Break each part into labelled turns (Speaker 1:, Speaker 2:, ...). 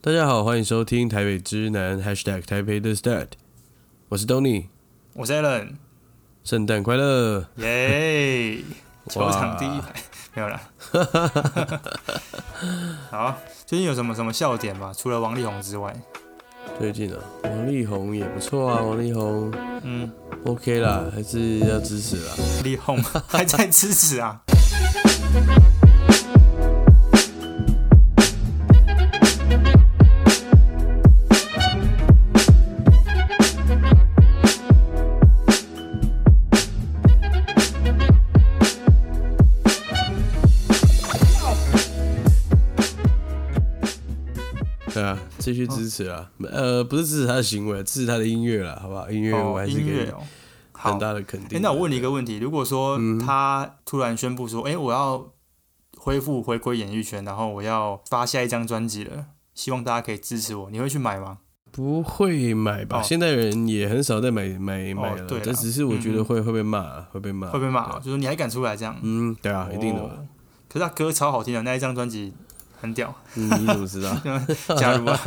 Speaker 1: 大家好，欢迎收听台北之南 #hashtag 台北的 stat，我是 Tony，
Speaker 2: 我是 Allen，
Speaker 1: 圣诞快乐！
Speaker 2: 耶！球场第一
Speaker 1: 哇
Speaker 2: 排没有啦。好，最近有什么什么笑点吗？除了王力宏之外，
Speaker 1: 最近啊，王力宏也不错啊，王力宏
Speaker 2: 嗯，
Speaker 1: OK 啦，还是要支持啦。
Speaker 2: 力宏还在支持啊。
Speaker 1: 对啊，继续支持啦。呃，不是支持他的行为，支持他的音乐啦，好不好？ 音乐我还
Speaker 2: 哦，
Speaker 1: 是
Speaker 2: 音
Speaker 1: 给
Speaker 2: 乐哦，好
Speaker 1: 很。大的嗯肯定的。
Speaker 2: 哎、那我问你一个问题：如果说他突然宣布说，哎、我要恢复回归演艺圈，然后我要发下一张专辑了，希望大家可以支持我，你会去买吗？
Speaker 1: 不会买吧？
Speaker 2: 哦
Speaker 1: 现代人也很少在买买买了，
Speaker 2: 对啦
Speaker 1: 这只是我觉得
Speaker 2: 嗯
Speaker 1: 会会被骂，会被骂，
Speaker 2: 会被骂，
Speaker 1: 啊对。
Speaker 2: 就说你还敢出来这样？
Speaker 1: 嗯，对啊，一定的嘛。
Speaker 2: 哦可是他歌超好听的，那一张专辑很屌。
Speaker 1: 嗯你怎么知道？
Speaker 2: 假如啊，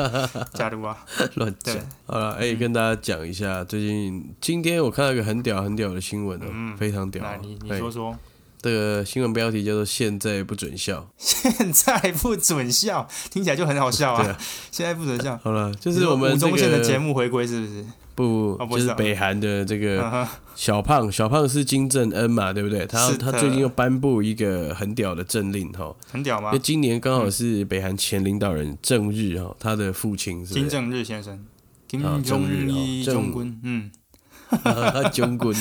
Speaker 2: 假如啊，
Speaker 1: 乱讲
Speaker 2: 对。嗯
Speaker 1: 好了，哎、跟大家讲一下，最近今天我看到一个很屌很屌的新闻哦、
Speaker 2: 嗯
Speaker 1: 非常屌
Speaker 2: 那
Speaker 1: 哦。
Speaker 2: 你你
Speaker 1: 哎
Speaker 2: 说说，
Speaker 1: 这个新闻标题叫做“现在不准笑
Speaker 2: 现在不准笑，听起来就很好笑
Speaker 1: 对
Speaker 2: 啊。现在不准”。笑，
Speaker 1: 好了，就
Speaker 2: 就是
Speaker 1: 我们
Speaker 2: 吴
Speaker 1: 这
Speaker 2: 宗宪的节
Speaker 1: 个
Speaker 2: 目回归是不是？
Speaker 1: 不
Speaker 2: 哦不
Speaker 1: 就是是
Speaker 2: 啊
Speaker 1: 北韩的这
Speaker 2: 嗯
Speaker 1: 个
Speaker 2: 哼
Speaker 1: 小胖，小胖是金正恩嘛，对不对？他
Speaker 2: 是
Speaker 1: 他
Speaker 2: 的
Speaker 1: 最近又颁布一个很屌的政令哈，
Speaker 2: 很屌
Speaker 1: 因
Speaker 2: 吗
Speaker 1: 为？今年刚好是北韩前领导人正日哈，他的父亲是不
Speaker 2: 金
Speaker 1: 是
Speaker 2: 正日先生，金
Speaker 1: 啊
Speaker 2: 正
Speaker 1: 正日哦
Speaker 2: 一
Speaker 1: 正
Speaker 2: 中军，嗯，
Speaker 1: 中国的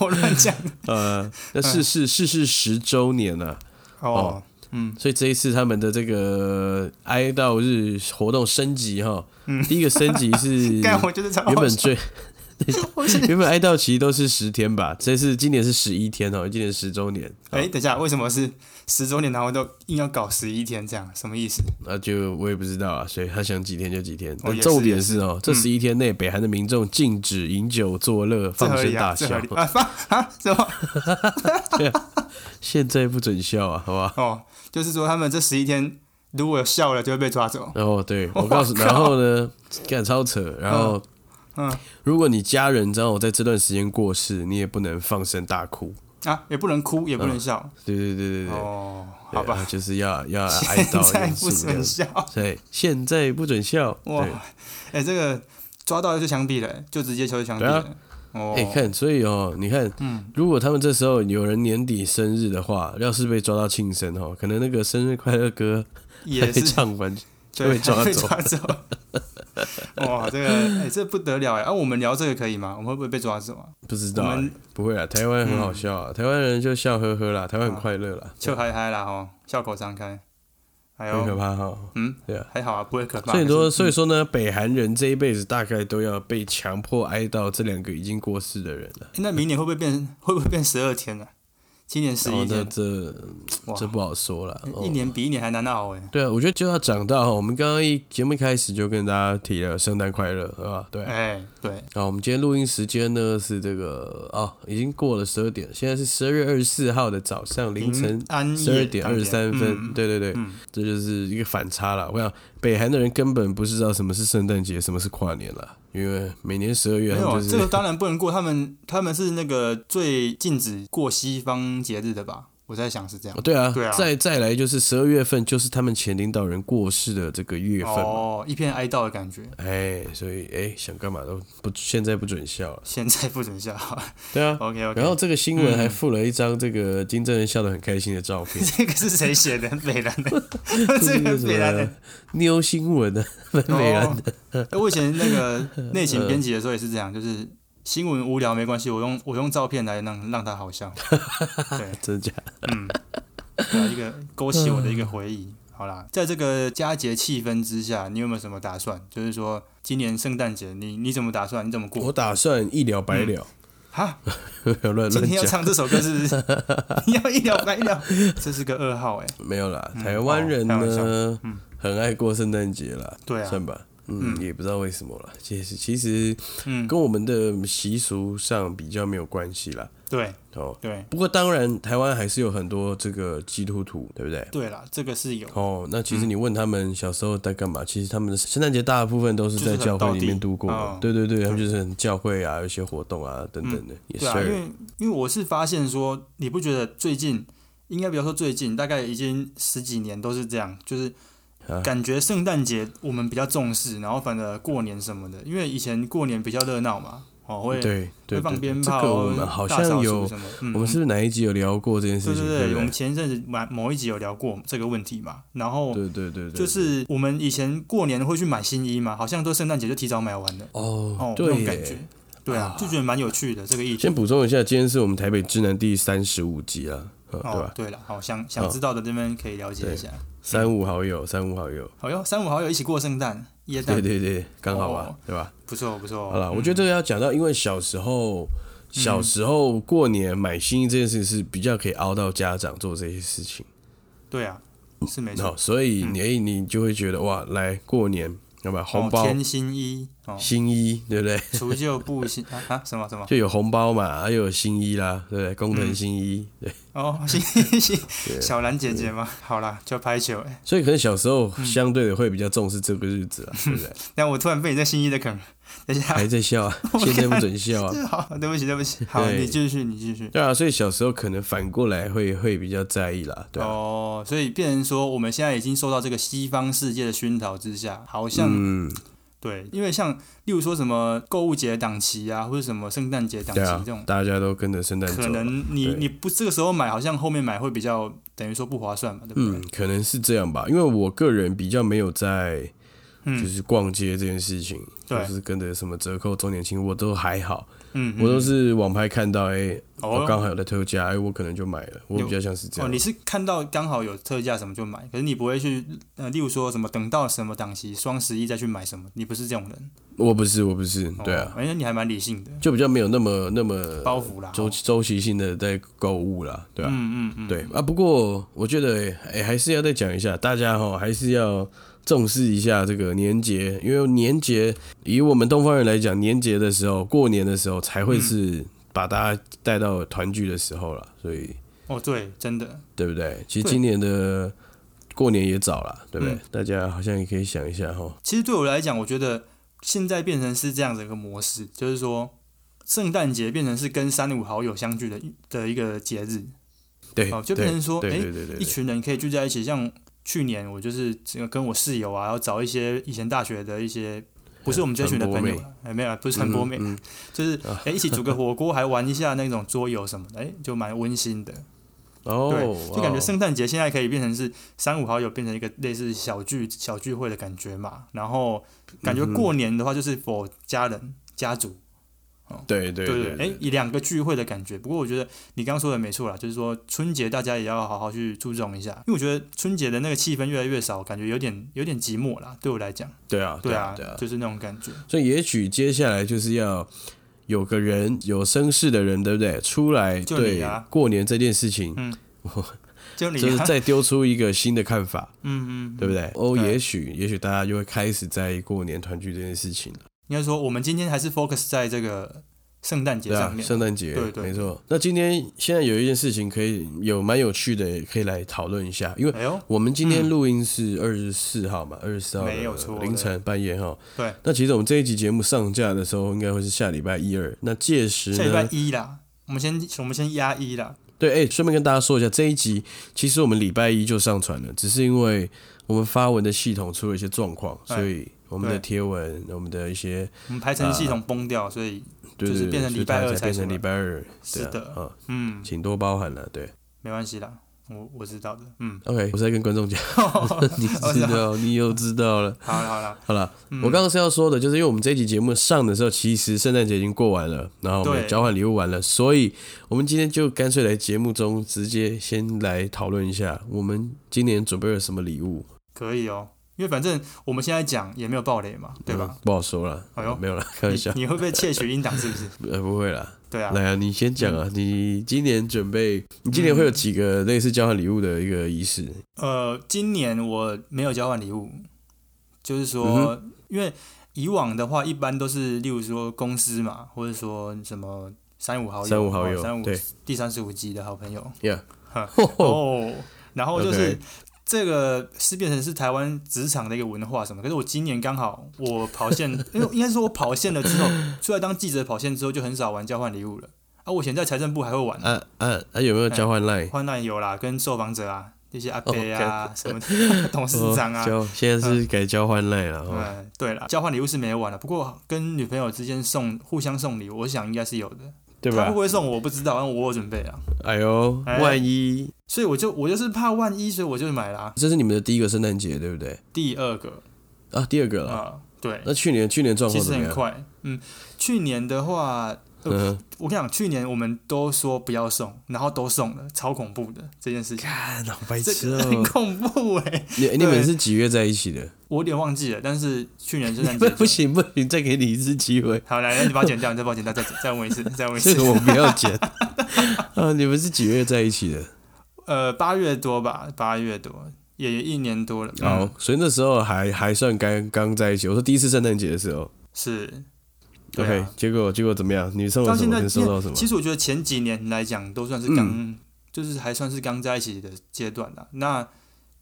Speaker 2: 我乱讲。
Speaker 1: 呃，那
Speaker 2: 嗯
Speaker 1: 是是是是十周年啊了、
Speaker 2: 哦，嗯，
Speaker 1: 所以这一次他们的这个哀悼日活动升级哈，第一个升级是
Speaker 2: 嗯 干
Speaker 1: 原
Speaker 2: 我就是超好
Speaker 1: 本
Speaker 2: 笑
Speaker 1: 最 原本哀悼期都是十天吧，这次今年是十一天哦，今年十周年，
Speaker 2: 哎，等一下，为什么是十周年，然后都硬要搞十一天这样？什么意思？
Speaker 1: 那就我也不知道啊，所以他想几天就几天。但
Speaker 2: 也是
Speaker 1: 重点
Speaker 2: 也
Speaker 1: 是哦，这十一天内，北韩的民众禁止饮酒作乐、
Speaker 2: 这
Speaker 1: 放
Speaker 2: 合
Speaker 1: 声
Speaker 2: 理
Speaker 1: 大
Speaker 2: 啊，这合
Speaker 1: 笑，啊
Speaker 2: 理啊，放啊，什么？
Speaker 1: 现在不准笑啊，好吧？
Speaker 2: 哦，就是说他们这十一天如果有笑了，就会被抓走。
Speaker 1: 然后 对我
Speaker 2: 我
Speaker 1: 告诉，
Speaker 2: 靠
Speaker 1: 然后呢，干超扯。然后，
Speaker 2: 嗯嗯
Speaker 1: 如果你家人刚好在这段时间过世，你也不能放声大哭。
Speaker 2: 啊，也不能哭，也不能笑。
Speaker 1: 对对嗯对对对，
Speaker 2: 哦，
Speaker 1: 对
Speaker 2: 好吧
Speaker 1: 啊，就是 要要哀
Speaker 2: 现
Speaker 1: 悼
Speaker 2: 在
Speaker 1: 严肃
Speaker 2: 不
Speaker 1: 这样
Speaker 2: 准
Speaker 1: 子。
Speaker 2: 笑。
Speaker 1: 对，现在不准笑。
Speaker 2: 哇
Speaker 1: 对，，
Speaker 2: 哎、这个抓到就枪毙了，就直接球就枪毙
Speaker 1: 对
Speaker 2: 了。
Speaker 1: 啊
Speaker 2: 哦，
Speaker 1: 哎，看，所以哦，你看，
Speaker 2: 嗯，
Speaker 1: 如果他们这时候有人年底生日的话，要是被抓到庆生哦，可能那个生日快乐歌
Speaker 2: 也
Speaker 1: 被
Speaker 2: 是
Speaker 1: 唱完，
Speaker 2: 对
Speaker 1: 被抓
Speaker 2: 被
Speaker 1: 走
Speaker 2: 抓走。哇，这个哎、这不得了哎！啊，我们聊这个可以吗？我们会不会被抓走啊？
Speaker 1: 不知道
Speaker 2: 我
Speaker 1: 啊、
Speaker 2: 们嗯
Speaker 1: 不会啊，台湾很好笑啊，台湾人就笑呵呵啦，台湾很快乐啦，
Speaker 2: 就嗨嗨啦吼，笑口常开。哎
Speaker 1: 很可
Speaker 2: 呦，
Speaker 1: 怕哈。
Speaker 2: 嗯，
Speaker 1: 对啊，
Speaker 2: 还好啊，不会可怕。
Speaker 1: 所以说，
Speaker 2: 还是
Speaker 1: 所以说呢，北韩人这一辈子大概都要被强迫哀悼这两个已经过世的人了。
Speaker 2: 哎那明年会不会变？会不会变十二天呢、今年十
Speaker 1: 然后
Speaker 2: 一
Speaker 1: 呢，
Speaker 2: 天，
Speaker 1: 哦这
Speaker 2: 哇
Speaker 1: 这，不好说了。哦
Speaker 2: 一年比一年还难熬哎。
Speaker 1: 对啊，我觉得就要长大哈。我们刚刚一节目一开始就跟大家提了圣诞快乐，是吧？对。
Speaker 2: 哎、对，
Speaker 1: 啊，我们今天录音时间呢是这个哦，已经过了十二点，现在是十二月二十四号的早上凌晨
Speaker 2: 嗯安
Speaker 1: 十二点二十三分。
Speaker 2: 嗯
Speaker 1: 对对对，
Speaker 2: 嗯
Speaker 1: 这就是一个反差了。我想北韩的人根本不知道什么是圣诞节，什么是跨年了，因为每年十二月
Speaker 2: 没
Speaker 1: 他们
Speaker 2: 有，啊
Speaker 1: 就是
Speaker 2: 这个当然不能过，他们他们是那个最禁止过西方节日的吧？我在想是这样
Speaker 1: 哦。对啊，
Speaker 2: 对啊
Speaker 1: 再再来就是十二月份，就是他们前领导人过世的这个月份嘛。
Speaker 2: 哦，一片哀悼的感觉。
Speaker 1: 哎，所以哎，想干嘛都不，现在不准笑了。
Speaker 2: 现在不准笑
Speaker 1: 对啊，
Speaker 2: ，OK 哦 OK。嗯
Speaker 1: 然后这个新闻还附了一张这个金正恩笑得很开心的照片。
Speaker 2: 这个是谁写的？北兰 的， 这个
Speaker 1: 什
Speaker 2: 北兰的
Speaker 1: 么，妞新闻啊， 北兰的，嗯
Speaker 2: 哦哎我以前 那个内勤编辑的时候也是这样，就是新闻无聊没关系，我用我用照片来让让它 好笑。对，
Speaker 1: 真假？
Speaker 2: 嗯，对啊一个勾起我的一个回忆。好啦，在这个佳节气氛之下，你有没有什么打算？就是说，今年圣诞节你你怎么打算？你怎么过？
Speaker 1: 我打算一了百了，
Speaker 2: 哈，
Speaker 1: 嗯 乱乱
Speaker 2: 今天要
Speaker 1: 讲，
Speaker 2: 唱这首歌是不 是？你要一了百了，这是个二号哎、
Speaker 1: 没有啦。台湾人
Speaker 2: 哦开玩
Speaker 1: 呢，很爱过圣诞节啦，
Speaker 2: 对啊，
Speaker 1: 算吧。嗯，也不知道为什么啦。其实其实
Speaker 2: 嗯，
Speaker 1: 跟我们的习俗上比较没有关系啦。
Speaker 2: 对
Speaker 1: 哦。
Speaker 2: 对
Speaker 1: 不过当然，台湾还是有很多这个基督徒，对不对？
Speaker 2: 对啦，这个是有，
Speaker 1: 哦，那其实
Speaker 2: 嗯
Speaker 1: 你问他们小时候在干嘛，其实他们的圣诞节大部分都是在教会里面度过的。对
Speaker 2: 就
Speaker 1: 对对，他们就是很教会啊，有一些活动啊等等的，也是、
Speaker 2: 对啊，因为因为我是发现说，你不觉得最近应该不要说最近，大概已经十几年都是这样，就是
Speaker 1: 啊
Speaker 2: 感觉圣诞节我们比较重视，然后反而过年什么的，因为以前过年比较热闹嘛，哦会
Speaker 1: 对对
Speaker 2: 会
Speaker 1: 对
Speaker 2: 放鞭
Speaker 1: 这
Speaker 2: 炮，啊
Speaker 1: 个我们好
Speaker 2: 大
Speaker 1: 像
Speaker 2: 扫
Speaker 1: 有
Speaker 2: 除，什么，嗯
Speaker 1: 我们是不是哪一集有聊过这件事
Speaker 2: 对
Speaker 1: 情？
Speaker 2: 对
Speaker 1: 对
Speaker 2: 对，
Speaker 1: 不
Speaker 2: 我们前一阵子某某一集有聊过这个问题嘛，然后
Speaker 1: 对对对对对，
Speaker 2: 就是我们以前过年会去买新衣嘛，好像都圣诞节就提早买完了，
Speaker 1: 哦
Speaker 2: 哦，，那
Speaker 1: 对
Speaker 2: 种感觉
Speaker 1: 耶。，
Speaker 2: 对啊
Speaker 1: 啊，
Speaker 2: 就觉得蛮有趣的这个议题
Speaker 1: 先。补充一下，今天是我们台北之南第三十五集啊，嗯对
Speaker 2: 哦
Speaker 1: 吧，？
Speaker 2: 对了，好想想知道的这边可以了解一下。
Speaker 1: 三五好友，三五好友，
Speaker 2: 好哟，三五好友一起过圣诞耶
Speaker 1: 对
Speaker 2: 诞，
Speaker 1: 对对，刚好啊
Speaker 2: 啊哦，
Speaker 1: 对吧？
Speaker 2: 不错不错。
Speaker 1: 好了，我觉得这个要讲到，因为小时候，小时候过年买新衣这件事是比较可以熬到家长做这些事情，
Speaker 2: 对啊，是没
Speaker 1: 然后
Speaker 2: 错。嗯
Speaker 1: 所以你你就会觉得哇，来过年，要吧？红
Speaker 2: 哦
Speaker 1: 包、
Speaker 2: 添新衣 哦，
Speaker 1: 新衣，对不对？
Speaker 2: 除旧布新啊啊什么什么
Speaker 1: 就有红包嘛，还有新衣啦，对不对？工
Speaker 2: 嗯
Speaker 1: 藤新衣，对。
Speaker 2: 哦，新新小兰姐姐吗？好啦，就拍球哎。
Speaker 1: 所以可能小时候相对的会比较重视这个日 子啦，对不对？
Speaker 2: 但我突然被你这新衣的梗，等一下，
Speaker 1: 还在笑啊， 现在不准笑啊。
Speaker 2: 好，对不起对不起，好，
Speaker 1: 对
Speaker 2: 你继续你继续。
Speaker 1: 对啊，所以小时候可能反过来会会比较在意啦，对啊。
Speaker 2: 哦，所以变成说，我们现在已经受到这个西方世界的熏陶之下，好像
Speaker 1: 嗯，
Speaker 2: 对，因为像例如说什么购物节档期啊，或者什么圣诞节档期
Speaker 1: 对啊
Speaker 2: 这种，，
Speaker 1: 大家都跟着圣诞
Speaker 2: 可
Speaker 1: 走啊了。
Speaker 2: 能你
Speaker 1: 对
Speaker 2: 你不这个时候买，好像后面买会比较等于说不划算嘛，对不对？
Speaker 1: 嗯，可能是这样吧，因为我个人比较没有在就
Speaker 2: 嗯
Speaker 1: 是逛街这件事情，
Speaker 2: 对
Speaker 1: 就是跟着什么折扣、周年庆，我都还好，
Speaker 2: 嗯，
Speaker 1: 我都
Speaker 2: 嗯
Speaker 1: 是网拍看到，哎，我刚
Speaker 2: 哦
Speaker 1: 好有在特价，哎，我可能就买了，我
Speaker 2: 有
Speaker 1: 比较像是这
Speaker 2: 哦，
Speaker 1: 样
Speaker 2: 你，是看到刚好有特价什么就买，可是你不会去呃，例如说什么等到什么档期双十一再去买什么，你不是这种人。
Speaker 1: 我不是，我不是，对啊
Speaker 2: 哦，，反正你还蛮理性的，
Speaker 1: 就比较没有那么那么
Speaker 2: 包袱啦。
Speaker 1: 周
Speaker 2: 哦
Speaker 1: 周期性的在购物啦，对啊，
Speaker 2: 嗯嗯嗯，
Speaker 1: 对啊，不过我觉得哎还是要再讲一下，大家哈还是要重视一下这个年节，因为年节以我们东方人来讲，年节的时候，过年的时候才会
Speaker 2: 嗯
Speaker 1: 是把大家带到团聚的时候了，所以
Speaker 2: 哦对，真的，
Speaker 1: 对不对？其实
Speaker 2: 对
Speaker 1: 今年的过年也早了，对不对？
Speaker 2: 嗯
Speaker 1: 大家好像也可以想一下哈，
Speaker 2: 其实对我来讲，我觉得现在变成是这样子一个模式，就是说圣诞节变成是跟三五好友相聚的一的一个节日，
Speaker 1: 对，
Speaker 2: 哦就
Speaker 1: 对
Speaker 2: 变成说
Speaker 1: 对
Speaker 2: 哎
Speaker 1: 对对对
Speaker 2: 一
Speaker 1: 对，
Speaker 2: 群人可以聚在一起。像去年我就是这个跟我室友啊，然后找一些以前大学的一些。不是我们这群的朋友
Speaker 1: 传播
Speaker 2: 啦，哎，没有啦，不是传播妹，
Speaker 1: 嗯
Speaker 2: 就是哎、一起煮个火锅，还玩一下那种桌游什么的，哎、就蛮温馨的。
Speaker 1: 哦
Speaker 2: 对，，就感觉
Speaker 1: 哇
Speaker 2: 圣诞节现在可以变成是三五好友变成一个类似小聚小聚会的感觉嘛。然后感
Speaker 1: 嗯
Speaker 2: 觉过年的话就是否家人家族，
Speaker 1: 哦对对
Speaker 2: 对
Speaker 1: 对
Speaker 2: 不对，哎，以两个聚会的感觉。不过我觉得你刚说的没错啦，就是说春节大家也要好好去注重一下，因为我觉得春节的那个气氛越来越少，感觉有点有点寂寞啦。对我来讲，
Speaker 1: 对啊
Speaker 2: 对
Speaker 1: 啊
Speaker 2: 啊
Speaker 1: 对啊，，
Speaker 2: 就是那种感觉。
Speaker 1: 所以也许接下来就是要有个人有声势的人，对不对？出来
Speaker 2: 就你
Speaker 1: 对
Speaker 2: 啊
Speaker 1: 过年这件事情，
Speaker 2: 就你
Speaker 1: 就是
Speaker 2: 啊，
Speaker 1: 再丢出一个新的看法，
Speaker 2: 嗯嗯，
Speaker 1: 对不对？哦，
Speaker 2: 对
Speaker 1: 也许也许大家就会开始在意过年团聚这件事情了，
Speaker 2: 应该说我们今天还是 focus 在这个圣诞节
Speaker 1: 对
Speaker 2: 上
Speaker 1: 啊，
Speaker 2: 面。
Speaker 1: 圣诞节，
Speaker 2: 对对
Speaker 1: 没错。那今天现在有一件事情可以有蛮有趣的，也可以来讨论一下，因为。
Speaker 2: 哎呦，
Speaker 1: 我们今天录音是二十四号嘛，二十四号的
Speaker 2: 没有错
Speaker 1: 凌晨半夜哈。
Speaker 2: 对，
Speaker 1: 那其实我们这一集节目上架的时候，应该会是下礼拜一二。那届时
Speaker 2: 下礼
Speaker 1: 呢
Speaker 2: 拜，一啦，我们先我们先压一啦。
Speaker 1: 对，哎、顺便跟大家说一下，这一集其实我们礼拜一就上传了，只是因为我们发文的系统出了一些状况，
Speaker 2: 哎
Speaker 1: 所以我们
Speaker 2: 对
Speaker 1: 的贴文、我们的一些，
Speaker 2: 我们排程系统崩掉，所以
Speaker 1: 对
Speaker 2: 就是
Speaker 1: 对对，
Speaker 2: 变成
Speaker 1: 所以
Speaker 2: 礼拜
Speaker 1: 它才
Speaker 2: 二才
Speaker 1: 变
Speaker 2: 出
Speaker 1: 成
Speaker 2: 来
Speaker 1: 礼拜二，对
Speaker 2: 是
Speaker 1: 啊
Speaker 2: 的，
Speaker 1: 啊，
Speaker 2: 嗯，
Speaker 1: 请多包涵了，对。
Speaker 2: 没关系啦，我我知道的， 嗯，
Speaker 1: OK，我是在跟观众讲，你
Speaker 2: 我
Speaker 1: 知
Speaker 2: 知道
Speaker 1: 道，你又知道了。
Speaker 2: 好了好了，
Speaker 1: 好了，
Speaker 2: 嗯
Speaker 1: 我刚刚是要说的，就是因为我们这期节目上的时候，其实圣诞节已经过完了，然后我们
Speaker 2: 对
Speaker 1: 交换礼物完了，所以我们今天就干脆来节目中直接先来讨论一下，我们今年准备了什么礼物。
Speaker 2: 可以哦，因为反正我们现在讲也没有暴雷嘛，对吧？
Speaker 1: 嗯？不好说了，
Speaker 2: 哎呦
Speaker 1: 没有了，开玩笑，
Speaker 2: 你你会不会窃取音档是 不是？
Speaker 1: 呃，不会啦。
Speaker 2: 对啊，
Speaker 1: 来啊，你先讲啊，你今年准备，你今年会有几个类似交换礼物的一个仪式？
Speaker 2: 呃，今年我没有交换礼物，就是
Speaker 1: 嗯
Speaker 2: 说，因为以往的话，一般都是例如说公司嘛，或者说什么三五好友，哦
Speaker 1: 三五好友
Speaker 2: 三五
Speaker 1: 对
Speaker 2: 第三十五集的好朋友
Speaker 1: Yeah，
Speaker 2: 哦。然后就是
Speaker 1: OK
Speaker 2: 这个是变成是台湾职场的一个文化什么。可是我今年刚好我跑线， 因为应该是说我跑线了之后，出来当记者跑线之后就很少玩交换礼物了。啊，我以前在财政部还会玩啊，
Speaker 1: 啊啊啊！有没有交换 line？
Speaker 2: 换烂有啦，跟受访者啊，那些
Speaker 1: 哦
Speaker 2: 阿伯啊
Speaker 1: OK
Speaker 2: 什么的董事长啊
Speaker 1: 哦，交现在是改交换 line 了 哦。
Speaker 2: 嗯，对了，交换礼物是没有玩的，不过跟女朋友之间送互相送礼，我想应该是有的。
Speaker 1: 对
Speaker 2: 她
Speaker 1: 吧
Speaker 2: 会不？会送我不知道，但我有准备啊。
Speaker 1: 哎呦，
Speaker 2: 哎
Speaker 1: 万一
Speaker 2: 所以我就我就是怕万一，所以我就买啦。
Speaker 1: 这是你们的第一个圣诞节，对不对？
Speaker 2: 第二个
Speaker 1: 啊，第二个
Speaker 2: 啊、
Speaker 1: 了。
Speaker 2: 对，
Speaker 1: 那去年去年状
Speaker 2: 其
Speaker 1: 况
Speaker 2: 实
Speaker 1: 怎么
Speaker 2: 很
Speaker 1: 样？
Speaker 2: 快。嗯，去年的话，
Speaker 1: 嗯，
Speaker 2: 我跟你讲，去年我们都说不要送，然后都送了，超恐怖的这件事情，
Speaker 1: 看，好白
Speaker 2: 这
Speaker 1: 痴
Speaker 2: 个很
Speaker 1: 哦！
Speaker 2: 恐怖哎、
Speaker 1: 你你们是几月在一起的？
Speaker 2: 我有点忘记了，但是去年圣 诞
Speaker 1: 不
Speaker 2: 节
Speaker 1: 不行不行，再给你一次机会，
Speaker 2: 好，来，你把它剪掉，你再把它剪掉，再再问一次，再问一
Speaker 1: 这
Speaker 2: 次
Speaker 1: 个。我不要 剪。啊，你们是几月在一起的？
Speaker 2: 呃，八月多吧，八月多，也一年多了。
Speaker 1: 哦
Speaker 2: 嗯，，
Speaker 1: 所以那时候还还算刚刚在一起。我说第一次圣诞节的时候
Speaker 2: 是。对
Speaker 1: ，OK，
Speaker 2: 啊
Speaker 1: 结果结果怎么样？你送
Speaker 2: 到
Speaker 1: 了什
Speaker 2: 现
Speaker 1: 么？
Speaker 2: 在，
Speaker 1: 跟收到什么？嗯
Speaker 2: 其实我觉得前几年来讲，都算是刚，就是还算是刚在一起的阶段啦。那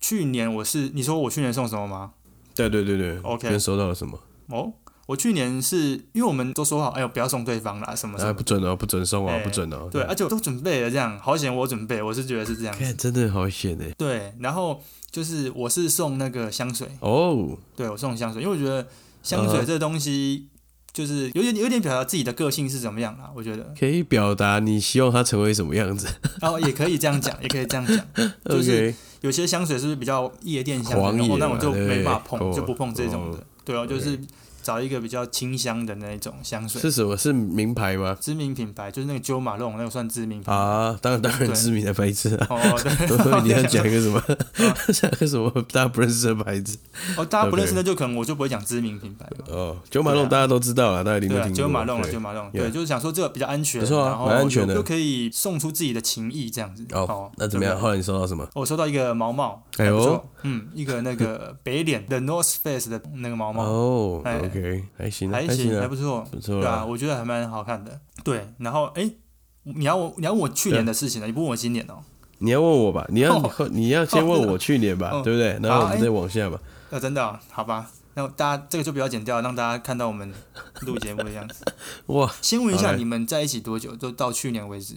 Speaker 2: 去年我是，你说我去年送什么吗？
Speaker 1: 对对对对
Speaker 2: OK
Speaker 1: 跟收到了什么？
Speaker 2: 哦，我去年是因为我们都说好，哎呦，不要送对方啦，什么什
Speaker 1: 啊，
Speaker 2: 么。
Speaker 1: 不准哦，不准送哦
Speaker 2: 哎，
Speaker 1: 不准哦。
Speaker 2: 对，而且我都准备了，这样好险，我准备，我是觉得是这样。
Speaker 1: 看，真的好险哎。
Speaker 2: 对，然后就是我是送那个香水，
Speaker 1: 哦，
Speaker 2: 对我送香水，因为我觉得香水
Speaker 1: 嗯
Speaker 2: 这东西就是有点有点表达自己的个性是怎么样啦，我觉得，
Speaker 1: 可以表达你希望他成为什么样子。
Speaker 2: 然后也可以这样 讲，也可以这样讲， 就是
Speaker 1: OK，
Speaker 2: 有些香水是不是比较夜店香
Speaker 1: 狂
Speaker 2: 水，
Speaker 1: 野
Speaker 2: 哦
Speaker 1: 嘛
Speaker 2: 那我就
Speaker 1: 对
Speaker 2: 没办法碰，
Speaker 1: 哦
Speaker 2: 就不碰这种的，对哦，
Speaker 1: OK
Speaker 2: 就是找一个比较清香的那一种香水，
Speaker 1: 是什么？是名牌吗？
Speaker 2: 知名品牌就是那个 Jo Malone 那个算知名品牌。
Speaker 1: 啊，当然当然
Speaker 2: 对
Speaker 1: 知名的牌子 啊。
Speaker 2: 哦，对，
Speaker 1: 你要讲一个 什么？ 讲个什么大家不认识的牌子？
Speaker 2: 哦，大家不认识
Speaker 1: OK
Speaker 2: 那就可能我就不会讲知名品牌嘛。
Speaker 1: 哦，九马
Speaker 2: 对
Speaker 1: 龙
Speaker 2: 啊
Speaker 1: 大家都知道了，大家一定都
Speaker 2: 对啊，
Speaker 1: 听过。
Speaker 2: 九马弄了，
Speaker 1: 对
Speaker 2: 九马弄，
Speaker 1: Yeah
Speaker 2: 对，就是想说这个比较安全，
Speaker 1: 不错啊
Speaker 2: 然后
Speaker 1: 蛮安全的
Speaker 2: 又可以送出自己的情谊这样子。
Speaker 1: 哦，那怎么样？
Speaker 2: 对不对哦
Speaker 1: 后来你收到什么？
Speaker 2: 我收到一个毛毛，
Speaker 1: 哎呦
Speaker 2: 还不错，嗯，一个那个 北脸的 North Face 的那个毛毛，
Speaker 1: 哦
Speaker 2: 哎
Speaker 1: ，OK，还行啊，
Speaker 2: 还
Speaker 1: 行
Speaker 2: 行，还
Speaker 1: 啊，
Speaker 2: 不错，
Speaker 1: 不错
Speaker 2: 对啊，
Speaker 1: 啦。
Speaker 2: 我觉得还蛮好看的。对，然后哎，你要我你要问我去年的事情呢，你不问我今年哦，
Speaker 1: 你要问我吧，你要
Speaker 2: 哦
Speaker 1: 你要先问
Speaker 2: 哦
Speaker 1: 我去年吧
Speaker 2: 哦，
Speaker 1: 对不对？然后我
Speaker 2: 哎
Speaker 1: 们再往下吧。
Speaker 2: 呃，真的哦，好吧，那大家这个就不要剪掉，让大家看到我们录节目的样子。
Speaker 1: 哇，
Speaker 2: 先问一
Speaker 1: 好
Speaker 2: 下
Speaker 1: 嘞
Speaker 2: 你们在一起多久？就到去年为止，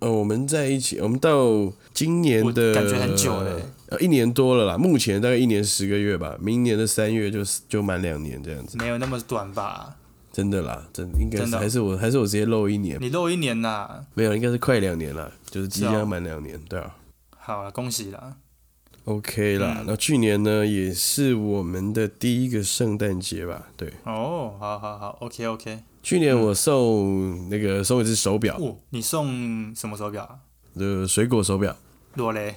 Speaker 1: 呃，我们在一起，我们到今年的
Speaker 2: 我感觉很久了欸
Speaker 1: 呃，一年多了啦，目前大概一年十个月吧，明年的三月就是就满两年这样子，
Speaker 2: 没有那么短吧？
Speaker 1: 真的啦，真应该
Speaker 2: 真
Speaker 1: 是
Speaker 2: 的哦
Speaker 1: 还是我还是我直接漏一年，
Speaker 2: 你漏一年啦。
Speaker 1: 没有，应该是快两年了，就是即
Speaker 2: 是哦
Speaker 1: 将满两年，对啊。
Speaker 2: 好了，恭喜啦！
Speaker 1: OK
Speaker 2: 嗯
Speaker 1: 啦，那去年呢也是我们的第一个圣诞节吧？对，
Speaker 2: 哦，好好好，OK OK。
Speaker 1: 去年
Speaker 2: 嗯
Speaker 1: 我送那个送一只手表，
Speaker 2: 哦，你送什么手表啊？
Speaker 1: 呃，水果手表，
Speaker 2: 裸雷。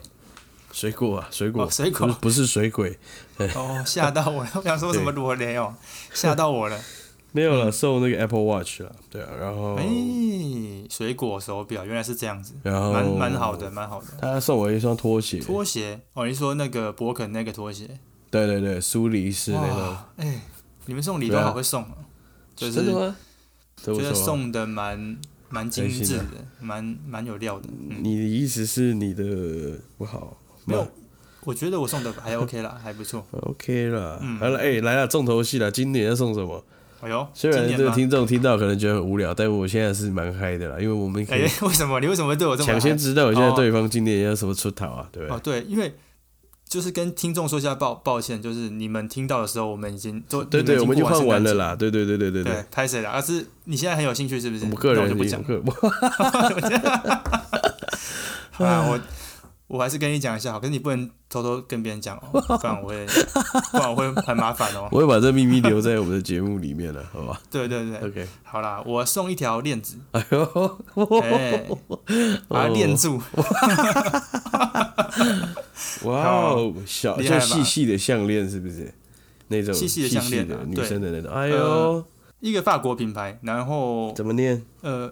Speaker 1: 水果啊，水果，
Speaker 2: 哦水果
Speaker 1: 不是不是水鬼，
Speaker 2: 哦，吓到我了！我想说什么裸雷哦，吓到我了。
Speaker 1: 没有了，送那个 Apple Watch 了，对啊，然后
Speaker 2: 嗯哎、水果手表原来是这样子，
Speaker 1: 然后
Speaker 2: 蛮蛮好的，蛮好的。
Speaker 1: 他送我一双拖鞋，
Speaker 2: 拖鞋哦，你说那个勃肯那个拖鞋？
Speaker 1: 对对对，苏黎世那种。
Speaker 2: 哇，哎、你们送礼都
Speaker 1: 对啊
Speaker 2: 好会送哦、就是
Speaker 1: 真的吗？这
Speaker 2: 觉
Speaker 1: 不
Speaker 2: 得
Speaker 1: 错啊。
Speaker 2: 送的蛮蛮精致
Speaker 1: 开
Speaker 2: 的，蛮蛮有料的。嗯，
Speaker 1: 你的意思是你的不好？
Speaker 2: 没有，我觉得我送的还 OK 啦， 还不错。
Speaker 1: ，OK 啦。
Speaker 2: 嗯
Speaker 1: 好了，哎，来了，重头戏了，今年要送什么？
Speaker 2: 哎呦，
Speaker 1: 虽
Speaker 2: 今
Speaker 1: 然
Speaker 2: 年
Speaker 1: 这个
Speaker 2: 吗
Speaker 1: 听众听到可能觉得很无聊，但我现在是蛮嗨的啦，因为我们可
Speaker 2: 哎、
Speaker 1: 以
Speaker 2: 为什么你为什么对我这么
Speaker 1: 抢
Speaker 2: 嗨
Speaker 1: 先知道一下
Speaker 2: 哦
Speaker 1: 对方今年要什么出逃啊，对不
Speaker 2: 哦，
Speaker 1: 对？
Speaker 2: 对，因为就是跟听众说一下抱抱歉，就是你们听到的时候，我们已经都
Speaker 1: 对对，我们
Speaker 2: 已
Speaker 1: 就
Speaker 2: 经过
Speaker 1: 换完
Speaker 2: 圣
Speaker 1: 了
Speaker 2: 诞
Speaker 1: 啦，对对对对对
Speaker 2: 节。对，拍谁啦？而啊是你现在很有兴趣，是不是？
Speaker 1: 我个
Speaker 2: 那我
Speaker 1: 人
Speaker 2: 就不讲
Speaker 1: 我个
Speaker 2: 好啦，我我还是跟你讲一下好，可是你不能偷偷跟别人 讲哦，不然我会不然我会很麻烦哦。
Speaker 1: 我会把这秘密留在我们的节目里面了，好吧
Speaker 2: 对对对，
Speaker 1: ？OK，
Speaker 2: 好啦，我送一条 链子，
Speaker 1: 哎呦，
Speaker 2: 哎，把它
Speaker 1: 哦
Speaker 2: 链住，
Speaker 1: 哇哦，小
Speaker 2: 厉
Speaker 1: 就
Speaker 2: 害吧
Speaker 1: 细细的项链是不是？那种
Speaker 2: 细细的项链啊
Speaker 1: 细细的女
Speaker 2: 对
Speaker 1: 生的那种。哎
Speaker 2: 呃
Speaker 1: 呦，
Speaker 2: 一个法国品牌，然后
Speaker 1: 怎么念？
Speaker 2: 呃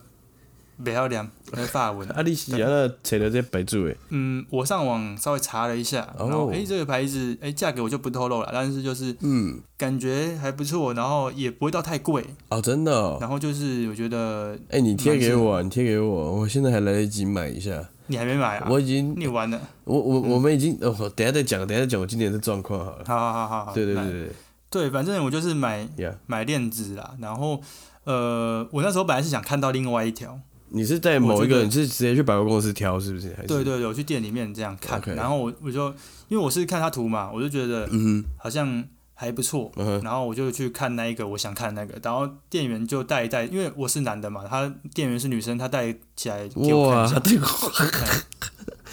Speaker 2: 袂晓念那个法文。
Speaker 1: 啊，你是安那找到这欸牌子诶？
Speaker 2: 嗯，我上网稍微查了一下，
Speaker 1: 哦
Speaker 2: 然后诶，这个牌子诶，价格我就不透露了，但是就是嗯，感觉还不错，然后也不会到太贵，
Speaker 1: 哦，真的、哦。
Speaker 2: 然后就是我觉得
Speaker 1: 哎、你贴给我啊，你贴给我，我现在还来得及买一下。
Speaker 2: 你还没买啊，嗯
Speaker 1: 我已经，
Speaker 2: 你玩了，
Speaker 1: 我我我们已经，哦，我等一下再讲，等一下再讲我今年的状况好了。
Speaker 2: 好好好好好，
Speaker 1: 对对
Speaker 2: 来
Speaker 1: 对对
Speaker 2: 对，反正我就是买
Speaker 1: 对，Yeah，
Speaker 2: 买链子啦，然后呃，我那时候本来是想看到另外一条，
Speaker 1: 你是在某一个，你是直接去百货公司挑是不是？还是
Speaker 2: 对对对，我去店里面这样看
Speaker 1: OK
Speaker 2: 然后我我就因为我是看他图嘛，我就觉得
Speaker 1: 嗯
Speaker 2: 好像还不错，
Speaker 1: 哼，嗯哼，
Speaker 2: 然后我就去看那一个我想看那个，然后店员就带一带，因为我是男的嘛，他店员是女生，他带起来给我看
Speaker 1: 哇
Speaker 2: 一下，
Speaker 1: 这个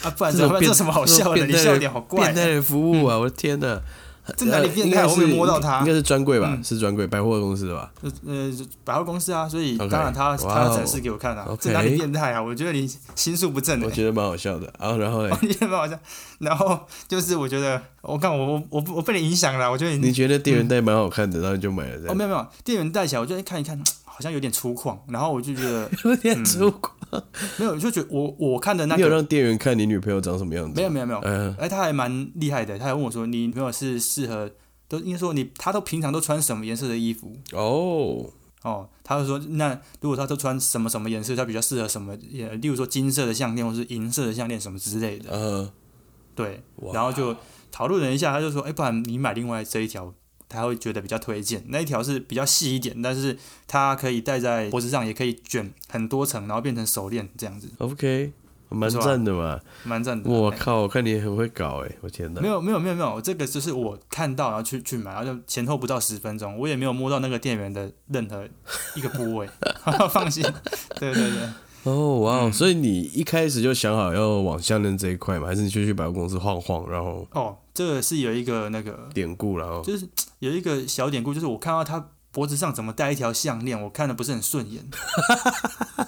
Speaker 2: 啊，不然
Speaker 1: 这
Speaker 2: 怎
Speaker 1: 种
Speaker 2: 么办？
Speaker 1: 变
Speaker 2: 这什么好笑
Speaker 1: 这
Speaker 2: 的？
Speaker 1: 种
Speaker 2: 你
Speaker 1: 变态
Speaker 2: 笑点好怪嗯
Speaker 1: 变，态的服务啊！我的天哪，
Speaker 2: 这哪里变态啊
Speaker 1: 呃
Speaker 2: 我没摸到它
Speaker 1: 应该是专柜吧？
Speaker 2: 嗯
Speaker 1: 是专柜，百货公司的吧？
Speaker 2: 呃呃，百货公司啊，所以
Speaker 1: OK，
Speaker 2: 当然他
Speaker 1: 哇
Speaker 2: 他
Speaker 1: 哦
Speaker 2: 要展示给我看啊
Speaker 1: OK
Speaker 2: 这哪里变态啊？我觉得你心术不正的、
Speaker 1: 我
Speaker 2: 欸。
Speaker 1: 觉得蛮好笑的。啊然后然后嘞，
Speaker 2: 你也蛮好笑，然后就是我觉得，我看我我我我被你影响了，我觉得
Speaker 1: 你
Speaker 2: 你
Speaker 1: 觉得店员带蛮好看的，然后你就买了这
Speaker 2: 嗯哦
Speaker 1: 样。
Speaker 2: 没有没有，店员带起来，我就看一看，好像有点粗犷，然后我就觉 得
Speaker 1: 有点粗犷。
Speaker 2: 没有，我就觉得我我看嗯的那
Speaker 1: 你有
Speaker 2: 个
Speaker 1: 让店员看你女朋友长什么样子？
Speaker 2: 没有没有没有，
Speaker 1: 嗯，
Speaker 2: 哎，他还蛮厉害的，他还问我说：“你女朋友是适合，都应该说你，他都平常都穿什么颜色的衣服
Speaker 1: 哦，？”
Speaker 2: 哦，他就说：“那如果他都穿什么什么颜色，他比较适合什么？也例如说金色的项链，或是银色的项链什么之类的。
Speaker 1: 呃，”
Speaker 2: 对，
Speaker 1: 哇
Speaker 2: 然后就讨论了一下，他就说：“哎，不然你买另外这一条，他会觉得比较推荐。那一条是比较细一点，但是它可以戴在脖子上，也可以卷很多层，然后变成手链这样子，
Speaker 1: ，OK，蛮
Speaker 2: 错吧啊
Speaker 1: 赞的嘛。
Speaker 2: 蛮赞的。
Speaker 1: 我
Speaker 2: 哎
Speaker 1: 靠，我看你很会搞哎，我天哪
Speaker 2: 没！有没有没有没有，这个就是我看到然后去去买，然后就前后不到十分钟，我也没有摸到那个店员的任何一个部位， 放心。对对对，
Speaker 1: 哦，哇哦，所以你一开始就想好要往项链这一块吗？还是你就去百货公司晃晃，然后
Speaker 2: 哦，这个是有一个那个
Speaker 1: 典故，然后
Speaker 2: 就是有一个小典故，就是我看到他脖子上怎么戴一条项链，我看的不是很顺 眼，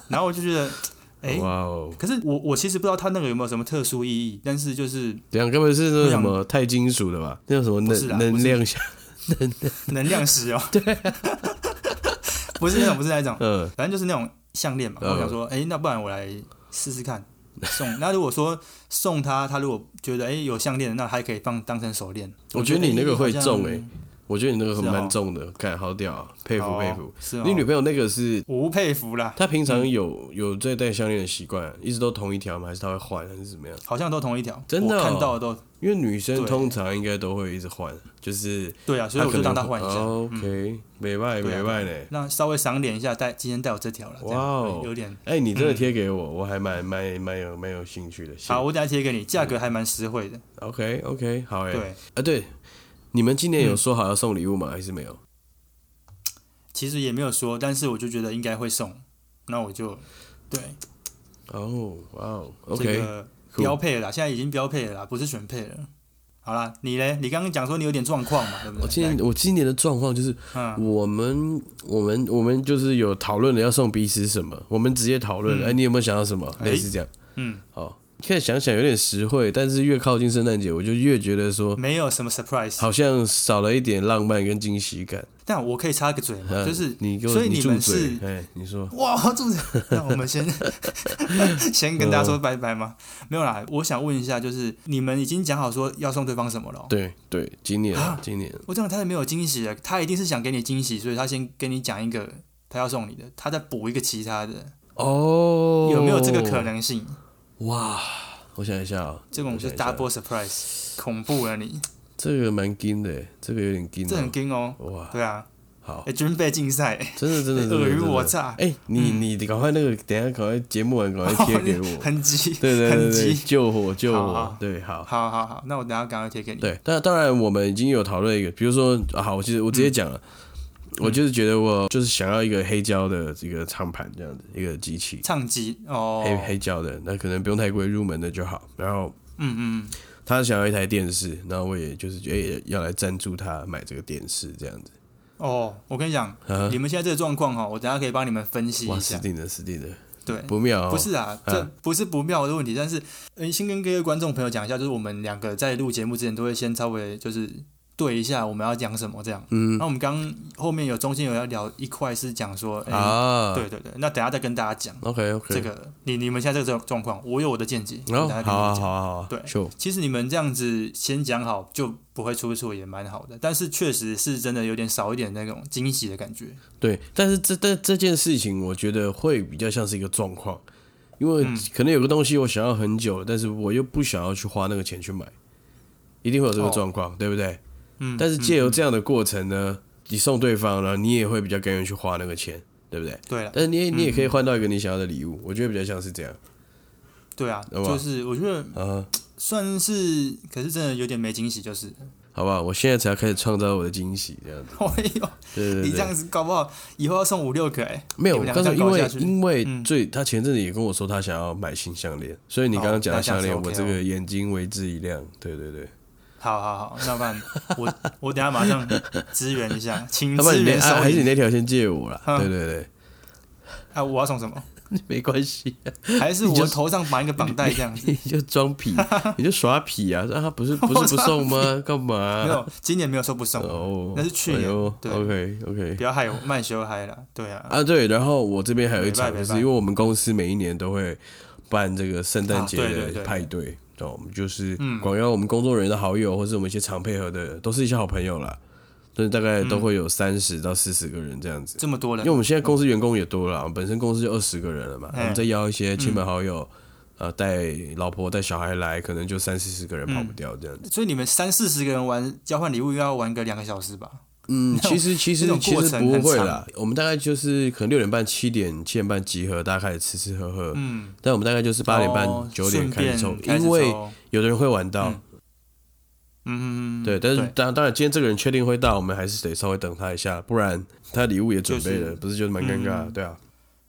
Speaker 2: 然后我就觉得，哎。
Speaker 1: 哇哦，
Speaker 2: 可是我我其实不知道他那个有没有什么特殊意义，但是就是
Speaker 1: 这样根本是那种
Speaker 2: 我
Speaker 1: 什
Speaker 2: 想
Speaker 1: 么钛金属的吧？那种什么
Speaker 2: 不是啦啊
Speaker 1: 能
Speaker 2: 不
Speaker 1: 能
Speaker 2: 是
Speaker 1: 量项，
Speaker 2: 能量 石哦，对， 不是那种不是那种，
Speaker 1: 啊嗯，
Speaker 2: 反正就是那种项链嘛。
Speaker 1: 嗯
Speaker 2: 我想说，哎、那不然我来试试看送。那如果说送他，他如果觉得哎、诶有项链，那还可以放当成手链。
Speaker 1: 我觉得你那个会中
Speaker 2: 哎、
Speaker 1: 哎，我觉得你那个很
Speaker 2: 是哦
Speaker 1: 蛮重的，看好屌啊，佩服佩服
Speaker 2: 哦。是哦，嗯
Speaker 1: 你女朋友那个是
Speaker 2: 无佩服啦，
Speaker 1: 她平常有有在戴项链的习惯，一直都同一条吗？还是她会换还是怎么样？
Speaker 2: 好像都同一条，
Speaker 1: 真的哦
Speaker 2: 我看到的都
Speaker 1: 因为女生
Speaker 2: 对
Speaker 1: 通常应该都会一直换，就是
Speaker 2: 对啊，所以
Speaker 1: 她
Speaker 2: 我
Speaker 1: 可
Speaker 2: 就
Speaker 1: 能
Speaker 2: 让他换一下。
Speaker 1: 哦 OK，没卖
Speaker 2: 对
Speaker 1: 没
Speaker 2: 啊
Speaker 1: 卖呢。
Speaker 2: 那稍微赏脸一下，带今天带我这条了，这样
Speaker 1: 哇哦
Speaker 2: 有点
Speaker 1: 哎，你真的贴给我，我还蛮蛮蛮有蛮有兴趣的。
Speaker 2: 嗯好，我等一下贴给你，价格还蛮实惠的。
Speaker 1: ，OK OK，好哎。
Speaker 2: 对，嗯
Speaker 1: 啊，嗯对，你们今年有说好要送礼物吗？还是没有？
Speaker 2: 其实也没有说，但是我就觉得应该会送，那我就对
Speaker 1: 哦，哇哦
Speaker 2: 这
Speaker 1: ，OK，
Speaker 2: 个
Speaker 1: cool
Speaker 2: 标配了啦，现在已经标配了啦，不是选配了。好啦，你嘞？你刚刚讲说你有点状况嘛，对不
Speaker 1: 我今
Speaker 2: 对？
Speaker 1: 年我今年的状况就是，
Speaker 2: 嗯，
Speaker 1: 我们我们我们就是有讨论了要送彼此什么，我们直接讨论，哎，你有没有想要什么？
Speaker 2: 嗯哎
Speaker 1: 类似这样。
Speaker 2: 嗯，
Speaker 1: 好，现在想想有点实惠，但是越靠近圣诞节，我就越觉得说
Speaker 2: 没有什么 surprise。
Speaker 1: 好像少了一点浪漫跟惊喜感。
Speaker 2: 但我可以插个嘴嘛，
Speaker 1: 嗯
Speaker 2: 就是
Speaker 1: 你给我，
Speaker 2: 所以
Speaker 1: 你住
Speaker 2: 们
Speaker 1: 嘴
Speaker 2: 是，
Speaker 1: 哎，你说
Speaker 2: 哇，住嘴！那我 们先先跟大
Speaker 1: 嗯
Speaker 2: 家说拜拜吗？没有啦，我想问一下，就是你们已经讲好说要送对方什么了哦？
Speaker 1: 对对，今年今年
Speaker 2: 我这样太没有惊喜了，他一定是想给你惊喜，所以他先跟你讲一个他要送你的，他再补一个其他的，
Speaker 1: 哦，
Speaker 2: 有没有这个可？能性？
Speaker 1: 哇，我想一下啊，
Speaker 2: 这种
Speaker 1: 我
Speaker 2: 是
Speaker 1: 想一下
Speaker 2: double surprise，恐怖了你，
Speaker 1: 这个蛮金的，这个有点金
Speaker 2: 这很
Speaker 1: 哦，
Speaker 2: 惊哦。
Speaker 1: 哇，
Speaker 2: 对啊，
Speaker 1: 好
Speaker 2: 哎、，军备竞赛，
Speaker 1: 真的真的
Speaker 2: 哎
Speaker 1: 真的
Speaker 2: 尔虞
Speaker 1: 真的
Speaker 2: 我诈，嗯
Speaker 1: 哎，你你你赶快那个，等一下赶快节目完赶快贴给我，
Speaker 2: 哦 很急，
Speaker 1: 对对对
Speaker 2: 很
Speaker 1: 对，
Speaker 2: 急。
Speaker 1: 救火救
Speaker 2: 好
Speaker 1: 火
Speaker 2: 好，
Speaker 1: 对，好。
Speaker 2: 好好好，那我等下赶快贴给你。
Speaker 1: 对，但当然我们已经有讨论一个，比如说，啊、好，我其实我直
Speaker 2: 嗯
Speaker 1: 接讲了，我就是觉得我就是想要一个黑胶的这个唱盘这样子一个机器，
Speaker 2: 唱机哦，
Speaker 1: 黑黑胶的，那可能不用太贵，入门的就好。然后
Speaker 2: 嗯嗯，
Speaker 1: 他想要一台电视，然后我也就是觉得、哎要来赞助他买这个电视这样子。
Speaker 2: 哦，我跟你讲，
Speaker 1: 啊，
Speaker 2: 你们现在这个状况哈，我等下可以帮你们分析
Speaker 1: 哇，
Speaker 2: 一
Speaker 1: 死
Speaker 2: 下。
Speaker 1: 定了，死定了，
Speaker 2: 对，
Speaker 1: 不妙、哦，
Speaker 2: 不是啊，这不是不妙的问题，但是，呃，先跟各位观众朋友讲一下，就是我们两个在录节目之前都会先稍微就是对一下我们要讲什么这样。
Speaker 1: 嗯
Speaker 2: 那我们刚后面有中间有要聊一块是讲说，哎、
Speaker 1: 啊，
Speaker 2: 对对对，那等一下再跟大家讲
Speaker 1: OK OK，
Speaker 2: 这个你你们现在这个状状况，我有我的见解，
Speaker 1: 然
Speaker 2: 我
Speaker 1: 后
Speaker 2: 等
Speaker 1: 好
Speaker 2: 一下跟你
Speaker 1: 啊
Speaker 2: 们讲。
Speaker 1: 好啊好啊，
Speaker 2: 对
Speaker 1: 就
Speaker 2: 其实你们这样子先讲好，就不会出错，也蛮好的。但是确实是真的有点少一点那种惊喜的感觉。
Speaker 1: 对，但是这但这件事情，我觉得会比较像是一个状况，因为
Speaker 2: 嗯
Speaker 1: 可能有个东西我想要很久，但是我又不想要去花那个钱去买，一定会有这个
Speaker 2: 哦
Speaker 1: 状况，对不对？
Speaker 2: 嗯，
Speaker 1: 但是借
Speaker 2: 嗯
Speaker 1: 由这样的过程呢，你送对方呢，你也会比较甘愿去花那个钱，对不对？
Speaker 2: 对了，
Speaker 1: 但是你也你也可以换到一个你想要的礼物，我觉得比较像是这样
Speaker 2: 对啊，
Speaker 1: 好吧
Speaker 2: 就是我觉得
Speaker 1: 啊，
Speaker 2: 算是，可是真的有点没惊喜，就是。
Speaker 1: 好不好？我现在才要开始创造我的惊喜，这样子，
Speaker 2: 哎呦，
Speaker 1: 对对对
Speaker 2: 你这。样子搞不好以后要送五六个哎、
Speaker 1: 没
Speaker 2: 你
Speaker 1: 有，
Speaker 2: 们两
Speaker 1: 刚
Speaker 2: 个
Speaker 1: 才因
Speaker 2: 这样搞
Speaker 1: 为
Speaker 2: 下去
Speaker 1: 因为
Speaker 2: 嗯
Speaker 1: 最他前阵子也跟我说他想要买新项链，所以你
Speaker 2: 哦
Speaker 1: 刚刚讲
Speaker 2: 那
Speaker 1: 的
Speaker 2: 这样
Speaker 1: 项
Speaker 2: 是
Speaker 1: 链，
Speaker 2: OK
Speaker 1: 我这个眼睛为之一亮。对对对，
Speaker 2: 好好好，那不然 我我等一下马上支援一下，请
Speaker 1: 要不然
Speaker 2: 支
Speaker 1: 你
Speaker 2: 援
Speaker 1: 那
Speaker 2: 收
Speaker 1: 啊还是你
Speaker 2: 银
Speaker 1: 那条先借我啦。
Speaker 2: 嗯
Speaker 1: 对 对
Speaker 2: 啊！我要 送什么？
Speaker 1: 对，没关系，
Speaker 2: 还是我头上绑一个绑 带这样子？
Speaker 1: 你就装 痞，你就耍痞啊！啊，不是不是不送吗？干嘛？
Speaker 2: 没有，今年没有说不送，
Speaker 1: 哦，
Speaker 2: 那是去年对
Speaker 1: OK OK
Speaker 2: 不要害我慢修嗨了。对啊，
Speaker 1: 啊，对，然后我这边还有一场，
Speaker 2: 没办
Speaker 1: 就
Speaker 2: 法
Speaker 1: 是因为我们公司每一年都会办这个圣诞节
Speaker 2: 啊对对嗯
Speaker 1: 的
Speaker 2: 对
Speaker 1: 派对，哦，我们就是广邀我们工作人员的好友，或是我们一些常配合的，都是一些好朋友啦，但是大概都会有
Speaker 2: 嗯
Speaker 1: 三十到四十个人这样子。
Speaker 2: 这么多人
Speaker 1: 因为我们现在公司员工也多了，我们啊本身公司就二十个人了嘛，
Speaker 2: 嗯
Speaker 1: 我们再邀一些亲朋好友，呃，带老婆带小孩来，可能就三四十个人跑不掉这样子。
Speaker 2: 所以你们三四十个人玩交换礼物，又要玩个两个小时吧？
Speaker 1: 嗯，其实其
Speaker 2: 那
Speaker 1: 实
Speaker 2: 种
Speaker 1: 其
Speaker 2: 过
Speaker 1: 实
Speaker 2: 程
Speaker 1: 不
Speaker 2: 很
Speaker 1: 会啦，我们大概就是可能六点半、七点、七点半集合，大家开始吃吃喝喝。
Speaker 2: 嗯，
Speaker 1: 但我们大概就是八点半
Speaker 2: 哦、
Speaker 1: 九点
Speaker 2: 顺
Speaker 1: 开始
Speaker 2: 便
Speaker 1: 抽，
Speaker 2: 开始
Speaker 1: 因为
Speaker 2: 抽
Speaker 1: 有的人会晚到，
Speaker 2: 嗯嗯，嗯嗯
Speaker 1: 对。但是当当然，今天这个人确定会到，我们还是得稍微等他一下，不然他礼物也准备了，
Speaker 2: 就是
Speaker 1: 不是就是蛮尴尬的，
Speaker 2: 嗯
Speaker 1: 对啊。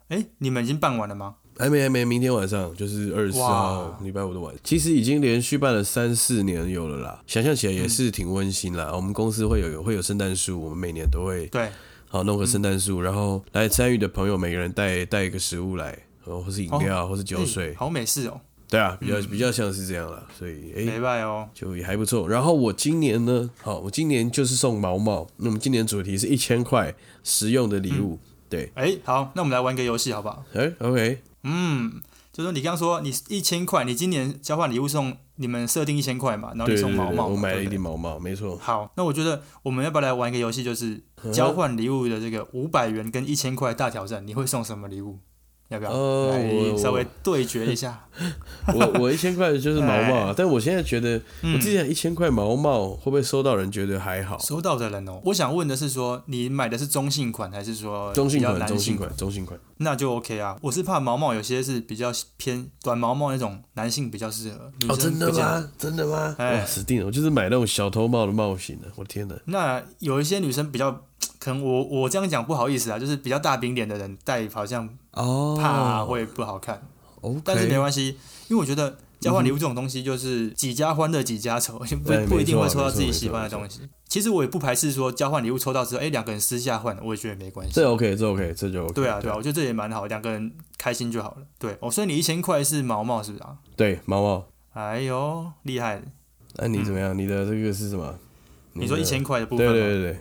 Speaker 2: 哎，你们已经办完了吗？
Speaker 1: 还没还没，明天晚上就是二十四号
Speaker 2: 哇
Speaker 1: 礼拜五的晚，其实已经连续办了三四年有了啦，想象起来也是挺温馨啦。我们公司会有会有圣诞树，我们每年都会
Speaker 2: 嗯对，嗯
Speaker 1: 好弄个圣诞树，然后来参与的朋友每个人带带一个食物来，呃或是饮料，或是酒
Speaker 2: 哎
Speaker 1: 水，
Speaker 2: 好美式哦，
Speaker 1: 对啊，比较比较像是这样啦。所以哎，
Speaker 2: 没拜哦，
Speaker 1: 就也还不错。然后我今年呢，好，我今年就是送毛毛。那我们今年主题是一千块实用的礼物，对，
Speaker 2: 哎，好，那我们来玩个游戏好不好？
Speaker 1: 哎、o k
Speaker 2: 嗯，就说你刚刚说你一千块，你今年交换礼物送你们设定一千块嘛，然后哦
Speaker 1: 对
Speaker 2: 你
Speaker 1: 对
Speaker 2: 送
Speaker 1: 对
Speaker 2: 毛
Speaker 1: 对，
Speaker 2: 毛嘛，
Speaker 1: 我买了
Speaker 2: 对
Speaker 1: 一
Speaker 2: 不对
Speaker 1: 顶毛毛，没错。
Speaker 2: 好，那我觉得我们要不要来玩一个游戏，就是
Speaker 1: 嗯
Speaker 2: 交换礼物的这个五百元跟一千块大挑战，你会送什么礼物？要不要、
Speaker 1: 哦
Speaker 2: 来
Speaker 1: 我
Speaker 2: 稍微对决一下？
Speaker 1: 我我一千块就是毛毛啊，
Speaker 2: 哎
Speaker 1: 但我现在觉得，我之前一千块毛毛会不会收到人觉得还好？
Speaker 2: 嗯收到的人哦，我想问的是说，你买的是中性款还是说
Speaker 1: 中性
Speaker 2: 比较
Speaker 1: 款，
Speaker 2: 男
Speaker 1: 中性
Speaker 2: 性？
Speaker 1: 款，中性款。
Speaker 2: 那就 OK 啊。我是怕毛毛有些是比较偏短毛毛那种，男性比较适合。女
Speaker 1: 哦，
Speaker 2: 生
Speaker 1: 真的
Speaker 2: 不见得？
Speaker 1: 吗？真的吗？
Speaker 2: 哎
Speaker 1: 哇，死定了！我就是买那种小偷帽的帽型的，我天哪！
Speaker 2: 那有一些女生比较，可能我我这样讲不好意思啊，就是比较大饼脸的人戴好像
Speaker 1: 哦
Speaker 2: 怕啊会不好看，
Speaker 1: ，OK，嗯
Speaker 2: 但是没关系，因为我觉得交换礼物这种东西就是几家欢乐几家愁， 就不
Speaker 1: 对
Speaker 2: 不一定
Speaker 1: 没错
Speaker 2: 会抽到自己
Speaker 1: 没错
Speaker 2: 喜欢的东西。其实我也不排斥说交换礼物抽到之后，哎，两个人私下换，我也觉得没关系。
Speaker 1: 这 OK，这 OK，这就 OK。
Speaker 2: 对啊，对啊，我觉得这也蛮好，两个人开心就好了。对，哦，所以你一千块是毛毛是不是啊？
Speaker 1: 对，毛毛，
Speaker 2: 哎呦，厉害！
Speaker 1: 那你怎么样？你的这个是什么？
Speaker 2: 嗯你说
Speaker 1: 的
Speaker 2: 一千块的部分哦
Speaker 1: 对
Speaker 2: 吗，
Speaker 1: 对对对，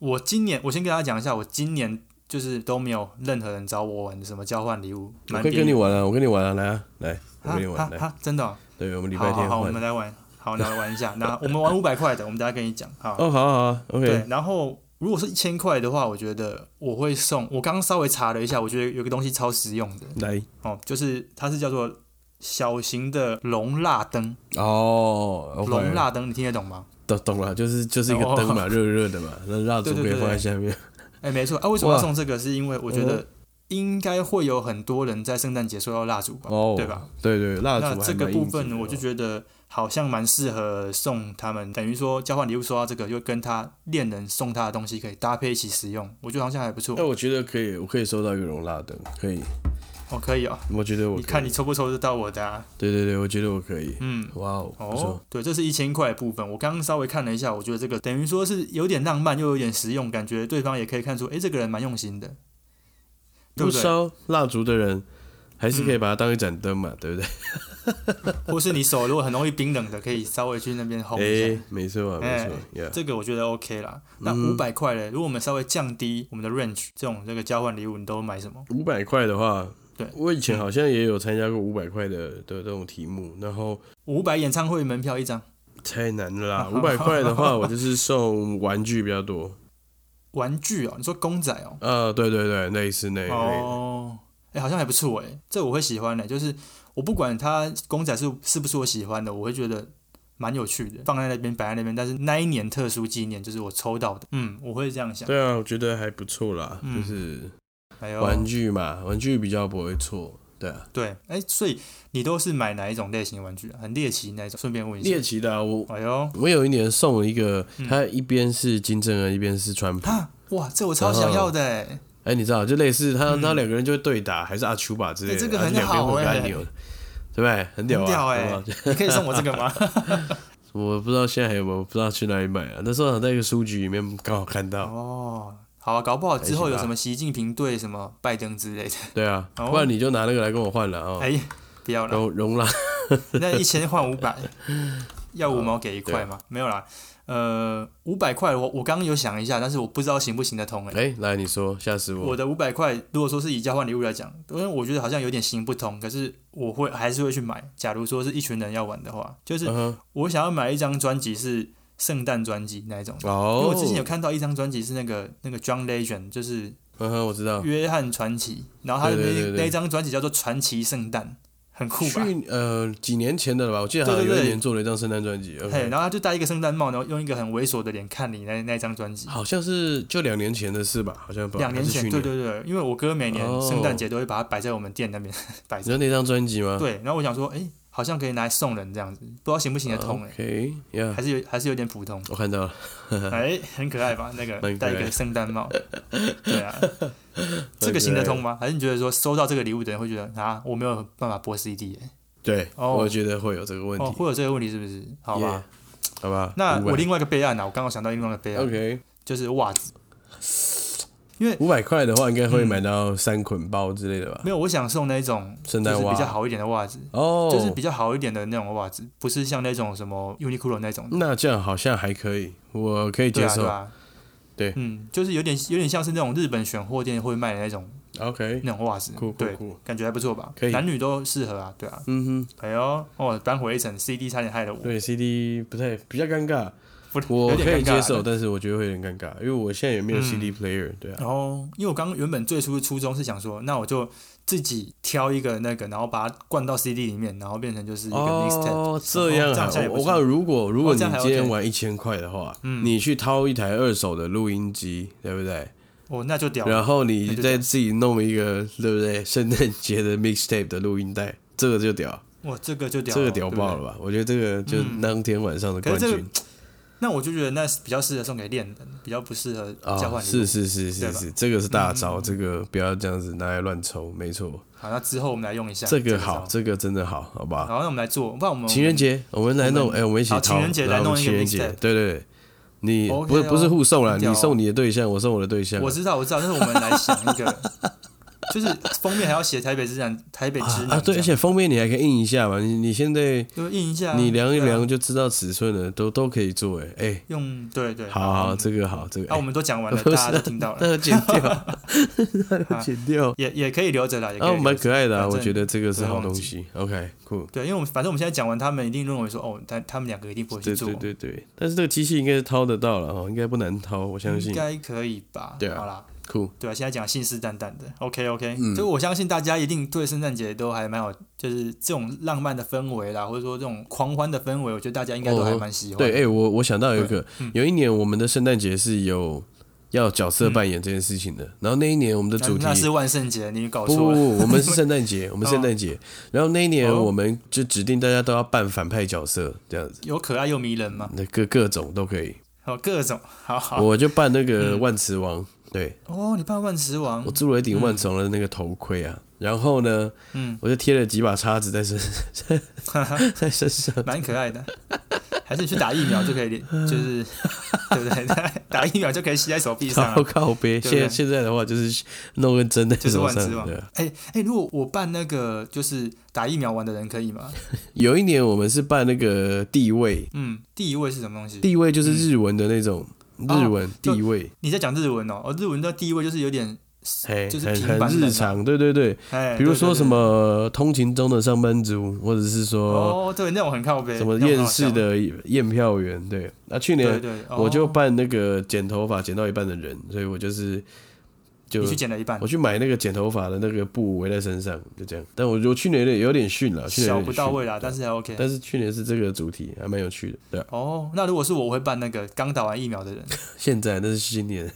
Speaker 2: 我今年我先跟大家讲一下，我今年就是都没有任何人找我玩什么交换礼物，
Speaker 1: 我
Speaker 2: 蛮
Speaker 1: 可以跟你玩啊，我跟你玩啊，来啊，来，我
Speaker 2: 啊
Speaker 1: 跟你玩，
Speaker 2: 啊
Speaker 1: 来，
Speaker 2: 啊，真的哦、
Speaker 1: 对，我们礼拜
Speaker 2: 好好
Speaker 1: 天
Speaker 2: 好，我
Speaker 1: 换
Speaker 2: 们。来玩，好，那来玩一下，那我们玩五百块的，我们等一下跟你讲，好，
Speaker 1: 哦，好好啊
Speaker 2: 对
Speaker 1: ，OK，，
Speaker 2: 然后如果是一千块的话，我觉得我会送，我刚刚稍微查了一下，我觉得有个东西超实用的
Speaker 1: 来，
Speaker 2: 哦，就是它是叫做小型的容蜡灯，
Speaker 1: 哦，OK，
Speaker 2: 容蜡灯，你听得懂吗？
Speaker 1: 懂懂了，就是就是一个灯嘛，热热的嘛，那蜡烛
Speaker 2: 哦对对
Speaker 1: 可以
Speaker 2: 对
Speaker 1: 放在
Speaker 2: 对
Speaker 1: 下面。
Speaker 2: 哎，没错啊，为什么
Speaker 1: 哇哦
Speaker 2: 要送这个？是因为我觉得应该会有很多人在圣诞节收到蜡烛吧，
Speaker 1: 哦，
Speaker 2: 对吧？？
Speaker 1: 对对，蜡烛
Speaker 2: 那
Speaker 1: 还
Speaker 2: 这个
Speaker 1: 蛮
Speaker 2: 部
Speaker 1: 应景的
Speaker 2: 分我就
Speaker 1: 哦
Speaker 2: 觉得好像蛮适合送他们，等于说交换礼物收到这个，又跟他恋人送他的东西可以搭配一起使用，我觉得好像还不错。
Speaker 1: 那我觉得可以，我可以收到一个容蜡灯，可以，
Speaker 2: 哦，可以哦，
Speaker 1: 我觉得我
Speaker 2: 你
Speaker 1: 可
Speaker 2: 看
Speaker 1: 以
Speaker 2: 你抽不抽得到我的、啊？
Speaker 1: 对对对，我觉得我可以，
Speaker 2: 嗯，
Speaker 1: 哇哦，不
Speaker 2: 哦
Speaker 1: 错，，
Speaker 2: 对，这是一千块的部分。我刚刚稍微看了一下，我觉得这个等于说是有点浪漫，又有点实用，感觉对方也可以看出，哎，这个人蛮用心的，对
Speaker 1: 不
Speaker 2: 嗯不对？
Speaker 1: 烧蜡烛的人还是可以把它当一盏灯嘛，对不对？
Speaker 2: 或是你手如果很容易冰冷的，可以稍微去那边烘一下。
Speaker 1: 哎，没错啊，没
Speaker 2: 哦哎
Speaker 1: 错，Yeah。
Speaker 2: 这个我觉得 OK 啦。
Speaker 1: 嗯
Speaker 2: 那五百块嘞，如果我们稍微降低我们的 range，这种这个交换礼物，你都买什么？
Speaker 1: 五百块的话，
Speaker 2: 对
Speaker 1: 我以前好像也有参加过五百块的的这种题目，然后
Speaker 2: 五百演唱会门票一张，
Speaker 1: 太难了 啦。五百块的话，我就是送玩具比较多。
Speaker 2: 玩具哦，你说公仔哦，
Speaker 1: 啊，对对对，类似那一类的。
Speaker 2: 哦，哎、好像还不错哎，这我会喜欢的，就是我不管它公仔是是不是我喜欢的，我会觉得蛮有趣的，放在那边摆在那边，但是那一年特殊纪念就是我抽到的，嗯，我会这样想。哎
Speaker 1: 对啊，我觉得还不错啦，
Speaker 2: 嗯哦
Speaker 1: 就是
Speaker 2: 还有
Speaker 1: 玩具嘛，玩具比较不会错。对啊，
Speaker 2: 对，哎、所以你都是买哪一种类型的玩具啊？很猎奇那一种，顺便问一
Speaker 1: 猎
Speaker 2: 下。
Speaker 1: 奇的啊、我
Speaker 2: 哎呦，
Speaker 1: 我有一年送了一个，
Speaker 2: 嗯
Speaker 1: 他一边是金正恩，一边是川普。
Speaker 2: 哈，哇，这我超想要的哎，
Speaker 1: 哎、你知道，就类似他
Speaker 2: 嗯
Speaker 1: 他两个人就会对打，还是阿丘巴之类的，
Speaker 2: 哎这个
Speaker 1: 然后就
Speaker 2: 很
Speaker 1: 两边
Speaker 2: 好
Speaker 1: 会有个
Speaker 2: 哎
Speaker 1: 按钮，对不对？很屌
Speaker 2: 很
Speaker 1: 啊，
Speaker 2: 屌哎、
Speaker 1: 好不好
Speaker 2: 你可以送我这个吗？
Speaker 1: 我不知道现在还有没有，不知道去哪里买啊。那时候好像在一个书局里面刚好看 到，
Speaker 2: 哦，好啊，搞不好之后
Speaker 1: 还行吧
Speaker 2: 有什么习近平对什么拜登之类的，
Speaker 1: 对啊，
Speaker 2: 哦
Speaker 1: 不然你就拿那个来跟我换了啊、
Speaker 2: 哎、不要了。
Speaker 1: 容容啦，
Speaker 2: 那一千换五 百，要五毛给一块吗？没有啦，呃，五百块我我刚刚有想一下，但是我不知道行不行得通哎、
Speaker 1: 哎、来你说，吓死我！
Speaker 2: 我的五百块，如果说是以交换礼物来讲，因为我觉得好像有点行不通，可是我会还是会去买。假如说是一群人要玩的话，就是
Speaker 1: 嗯哼
Speaker 2: 我想要买一张专辑是圣诞专辑那一种，因为
Speaker 1: 哦，
Speaker 2: 我之前有看到一张专辑是那个那个 John Legend，就是
Speaker 1: 嗯哼，我知道，
Speaker 2: 约翰传奇，然后他的那
Speaker 1: 对对对对
Speaker 2: 那一张专辑叫做《传奇圣诞》，很酷吧？
Speaker 1: 去呃几年前的了吧，我记得好像
Speaker 2: 对对
Speaker 1: 有
Speaker 2: 对
Speaker 1: 一年做了一张圣诞专辑
Speaker 2: 嘿，
Speaker 1: ，OK，
Speaker 2: 然后他就戴一个圣诞帽，然后用一个很猥琐的脸看你那那张专辑。
Speaker 1: 好像是就两年前的事吧，好像吧
Speaker 2: 两年
Speaker 1: 啊还是去
Speaker 2: 前，对
Speaker 1: 年，
Speaker 2: 对对，因为我哥每年
Speaker 1: 哦
Speaker 2: 圣诞节都会把它摆在我们店那边摆
Speaker 1: 你知
Speaker 2: 着。
Speaker 1: 道那张专辑吗？
Speaker 2: 对，然后我想说，哎，好像可以拿来送人这样子，不知道行不行得
Speaker 1: 哦
Speaker 2: 通哎、
Speaker 1: ，OK，呀、，
Speaker 2: 还是有还是有点普通
Speaker 1: 我看到了，
Speaker 2: 哎，很可爱吧？那个
Speaker 1: 嗯蛮可爱
Speaker 2: 戴一个圣 诞帽，对啊，这个行得通吗？还是你觉得说收到这个礼物的人会觉得啊，我没有办法播 CD 哎、
Speaker 1: 对，
Speaker 2: 哦
Speaker 1: 我觉得会有这个问题
Speaker 2: 哦，会有这个问题是不是？好吧
Speaker 1: Yeah，好吧？
Speaker 2: 那
Speaker 1: 500
Speaker 2: 我另外一个备案啊，我刚刚想到另外一个备案
Speaker 1: OK，
Speaker 2: 就是袜子。
Speaker 1: 五百块的话应该会买到三捆包之类的吧？
Speaker 2: 没有，我想送那种
Speaker 1: 圣
Speaker 2: 就
Speaker 1: 诞
Speaker 2: 是
Speaker 1: 袜
Speaker 2: 比较好一点的袜子，
Speaker 1: 哦，
Speaker 2: 嗯就是比较好一点的那种袜子，不是像那种什么 Uniqlo 那种的。
Speaker 1: 那这样好像还可以，我可以
Speaker 2: 对
Speaker 1: 接
Speaker 2: 啊，
Speaker 1: 受
Speaker 2: 对。啊，
Speaker 1: 对
Speaker 2: 嗯，就是有点有点像是那种日本选货店会卖的那种
Speaker 1: OK，
Speaker 2: 那种袜子
Speaker 1: 酷，酷
Speaker 2: 对，
Speaker 1: 酷，
Speaker 2: 感觉还不错吧？
Speaker 1: 可以
Speaker 2: 男女都适合啊，对啊。
Speaker 1: 嗯哼，
Speaker 2: 哎呦，哦，扳回一城，CD 差点害了我，
Speaker 1: 对 CD 不太比较尴尬，
Speaker 2: 不
Speaker 1: 我
Speaker 2: 有
Speaker 1: 可
Speaker 2: 点
Speaker 1: 以
Speaker 2: 尴尬啊
Speaker 1: 接受，。但是我觉得会有点尴尬，因为我现在也没有
Speaker 2: 嗯
Speaker 1: CD player，对啊，
Speaker 2: 然后，因为我刚原本最初的初衷是想说，那我就自己挑一个那个，然后把它灌到 CD 里面，然后变成就是一个 mixtape。
Speaker 1: 哦，这样
Speaker 2: 这样好
Speaker 1: 啊
Speaker 2: 像也，不
Speaker 1: 我
Speaker 2: 错
Speaker 1: 告诉你如果如果
Speaker 2: 哦
Speaker 1: 你
Speaker 2: 这样还
Speaker 1: 今天
Speaker 2: OK
Speaker 1: 玩一千块的话，
Speaker 2: 嗯
Speaker 1: 你去掏一台二手的录音机，对不对？
Speaker 2: 哦，那就屌了。
Speaker 1: 然后你
Speaker 2: 那就
Speaker 1: 再自己弄一个，对不对？圣诞节的 mixtape 的录音带，这个就屌，
Speaker 2: 哇，这个就屌，
Speaker 1: 这个屌爆
Speaker 2: 对不
Speaker 1: 了吧？我觉得这个就
Speaker 2: 嗯
Speaker 1: 当天晚上的
Speaker 2: 可
Speaker 1: 冠
Speaker 2: 是这个
Speaker 1: 军。
Speaker 2: 对？那我就觉得那是比较适合送给恋人，比较不适合
Speaker 1: 啊，
Speaker 2: 交换礼物。
Speaker 1: 是是是是
Speaker 2: 对吧
Speaker 1: 是，这个是大招，
Speaker 2: 嗯
Speaker 1: 这个不要这样子拿来乱抽，没错，
Speaker 2: 好，那之后我们来用一下
Speaker 1: 这个好，
Speaker 2: 招
Speaker 1: 这个真的好，好不
Speaker 2: 好，
Speaker 1: 好？
Speaker 2: 那我们来做，不然我们
Speaker 1: 情人节我们来弄，
Speaker 2: 我们
Speaker 1: 哎，我们一起
Speaker 2: 好
Speaker 1: 掏，
Speaker 2: 情人节来
Speaker 1: 然后
Speaker 2: 弄一个
Speaker 1: 情人节，
Speaker 2: mixtape
Speaker 1: 对对对，你
Speaker 2: OK
Speaker 1: 不是不是
Speaker 2: 哦
Speaker 1: 互送啦，
Speaker 2: 很
Speaker 1: 你
Speaker 2: 屌哦
Speaker 1: 送你的对象，我送我的对象啊，
Speaker 2: 我知道我知道，但是我们来想一个，就是封面还要写台北之南，台北之南
Speaker 1: 啊，对，
Speaker 2: 这
Speaker 1: 而
Speaker 2: 样
Speaker 1: 且封面你还可以印一下嘛，你你现在
Speaker 2: 对印一下，
Speaker 1: 你量一
Speaker 2: 对啊
Speaker 1: 量，就知道尺寸了，都都可以做，哎哎，
Speaker 2: 用对对，
Speaker 1: 好好，
Speaker 2: 嗯
Speaker 1: 这个好，这个
Speaker 2: 啊，我
Speaker 1: 哎
Speaker 2: 们都讲完了，
Speaker 1: 不是
Speaker 2: 大家都听到
Speaker 1: 那
Speaker 2: 了，
Speaker 1: 个剪 掉，那个剪掉，
Speaker 2: 也也可以留着啦，也可
Speaker 1: 啊，
Speaker 2: 以留
Speaker 1: 蛮
Speaker 2: 着。
Speaker 1: 可爱的啊，
Speaker 2: 反
Speaker 1: 我
Speaker 2: 正
Speaker 1: 觉得这个是
Speaker 2: 不会
Speaker 1: 好
Speaker 2: 忘
Speaker 1: 东
Speaker 2: 记
Speaker 1: 西，OK，酷。
Speaker 2: 对，因为我们反正我们现在讲完，他们一定认为说，哦，他他们两个一定不会去
Speaker 1: 对
Speaker 2: 做，
Speaker 1: 对对对，但是这个机器应该是掏得到了哦，应该不难掏，我相信
Speaker 2: 应。该可以吧？
Speaker 1: 对啊
Speaker 2: 好啦，
Speaker 1: 酷，
Speaker 2: 对啊，现在讲信誓旦旦的，OK OK，、就
Speaker 1: 嗯
Speaker 2: 我相信大家一定对圣诞节都还蛮有，就是这种浪漫的氛围啦，或者说这种狂欢的氛围，我觉得大家应该都还蛮喜欢。
Speaker 1: 对，哎、我我想到有一个，
Speaker 2: 嗯
Speaker 1: 有一年我们的圣诞节是有要角色扮演这件事情的，然后那一年我们的
Speaker 2: 嗯那
Speaker 1: 主题、
Speaker 2: 那是万圣节，你搞
Speaker 1: 不不
Speaker 2: 错了。
Speaker 1: 不，我们是圣诞 节，我们圣诞节，然后那一年
Speaker 2: 哦
Speaker 1: 我们就指定大家都要扮反派角色这样子，
Speaker 2: 有可爱又迷人嘛？
Speaker 1: 那各各种都可以，
Speaker 2: 哦，各种，好好。嗯
Speaker 1: 我就扮那个万磁王，对
Speaker 2: 哦，你扮万磁王
Speaker 1: 我，租了一顶万磁王的那个头盔啊，然后呢，
Speaker 2: 嗯，
Speaker 1: 我就贴了几把叉子在身在身上。
Speaker 2: 蛮可爱的。还是去打疫苗就可以，就是 对不对？打疫苗就可以吸在手臂上啊、
Speaker 1: 超靠背。
Speaker 2: 对不
Speaker 1: 现
Speaker 2: 对
Speaker 1: 在现在的话就是弄根针在
Speaker 2: 就是
Speaker 1: 手
Speaker 2: 万
Speaker 1: 上
Speaker 2: 磁。王
Speaker 1: 对啊。
Speaker 2: 哎哎，如果我办那个就是打疫苗玩的人可以吗？
Speaker 1: 有一年我们是办那个地位，
Speaker 2: 嗯，第一位是什么东西？
Speaker 1: 地位就是日文的那种、
Speaker 2: 嗯哦
Speaker 1: 日文
Speaker 2: 就
Speaker 1: 地位，
Speaker 2: 你在讲日文哦，哦，日文的第一位就是有点，
Speaker 1: 嘿，
Speaker 2: 就是
Speaker 1: 很
Speaker 2: 平
Speaker 1: 很
Speaker 2: 凡人
Speaker 1: 日
Speaker 2: 啊
Speaker 1: 常，对对对。
Speaker 2: 哎，
Speaker 1: 比如
Speaker 2: 对
Speaker 1: 说什。
Speaker 2: 对对
Speaker 1: 么通勤中的上班族，或者是说
Speaker 2: 哦，对，那种很靠背，
Speaker 1: 什么
Speaker 2: 那种很
Speaker 1: 厌
Speaker 2: 好
Speaker 1: 世
Speaker 2: 笑，
Speaker 1: 的验票员，对。那去
Speaker 2: 对
Speaker 1: 年
Speaker 2: 对，
Speaker 1: 我就
Speaker 2: 哦
Speaker 1: 办那个剪头发剪到一半的人，所以我就是就
Speaker 2: 你去剪了一半
Speaker 1: 我，去买那个剪头发的那个布围在身上，就这样。但我我去年有点有点逊了，去年有
Speaker 2: 小
Speaker 1: 点
Speaker 2: 不到
Speaker 1: 逊
Speaker 2: 位啦，但是还 OK。
Speaker 1: 但是去年是这个主题，还蛮有趣的，对啊。
Speaker 2: 哦，那如果是我，我会办那个刚打完疫苗的人。
Speaker 1: 现在那是今年，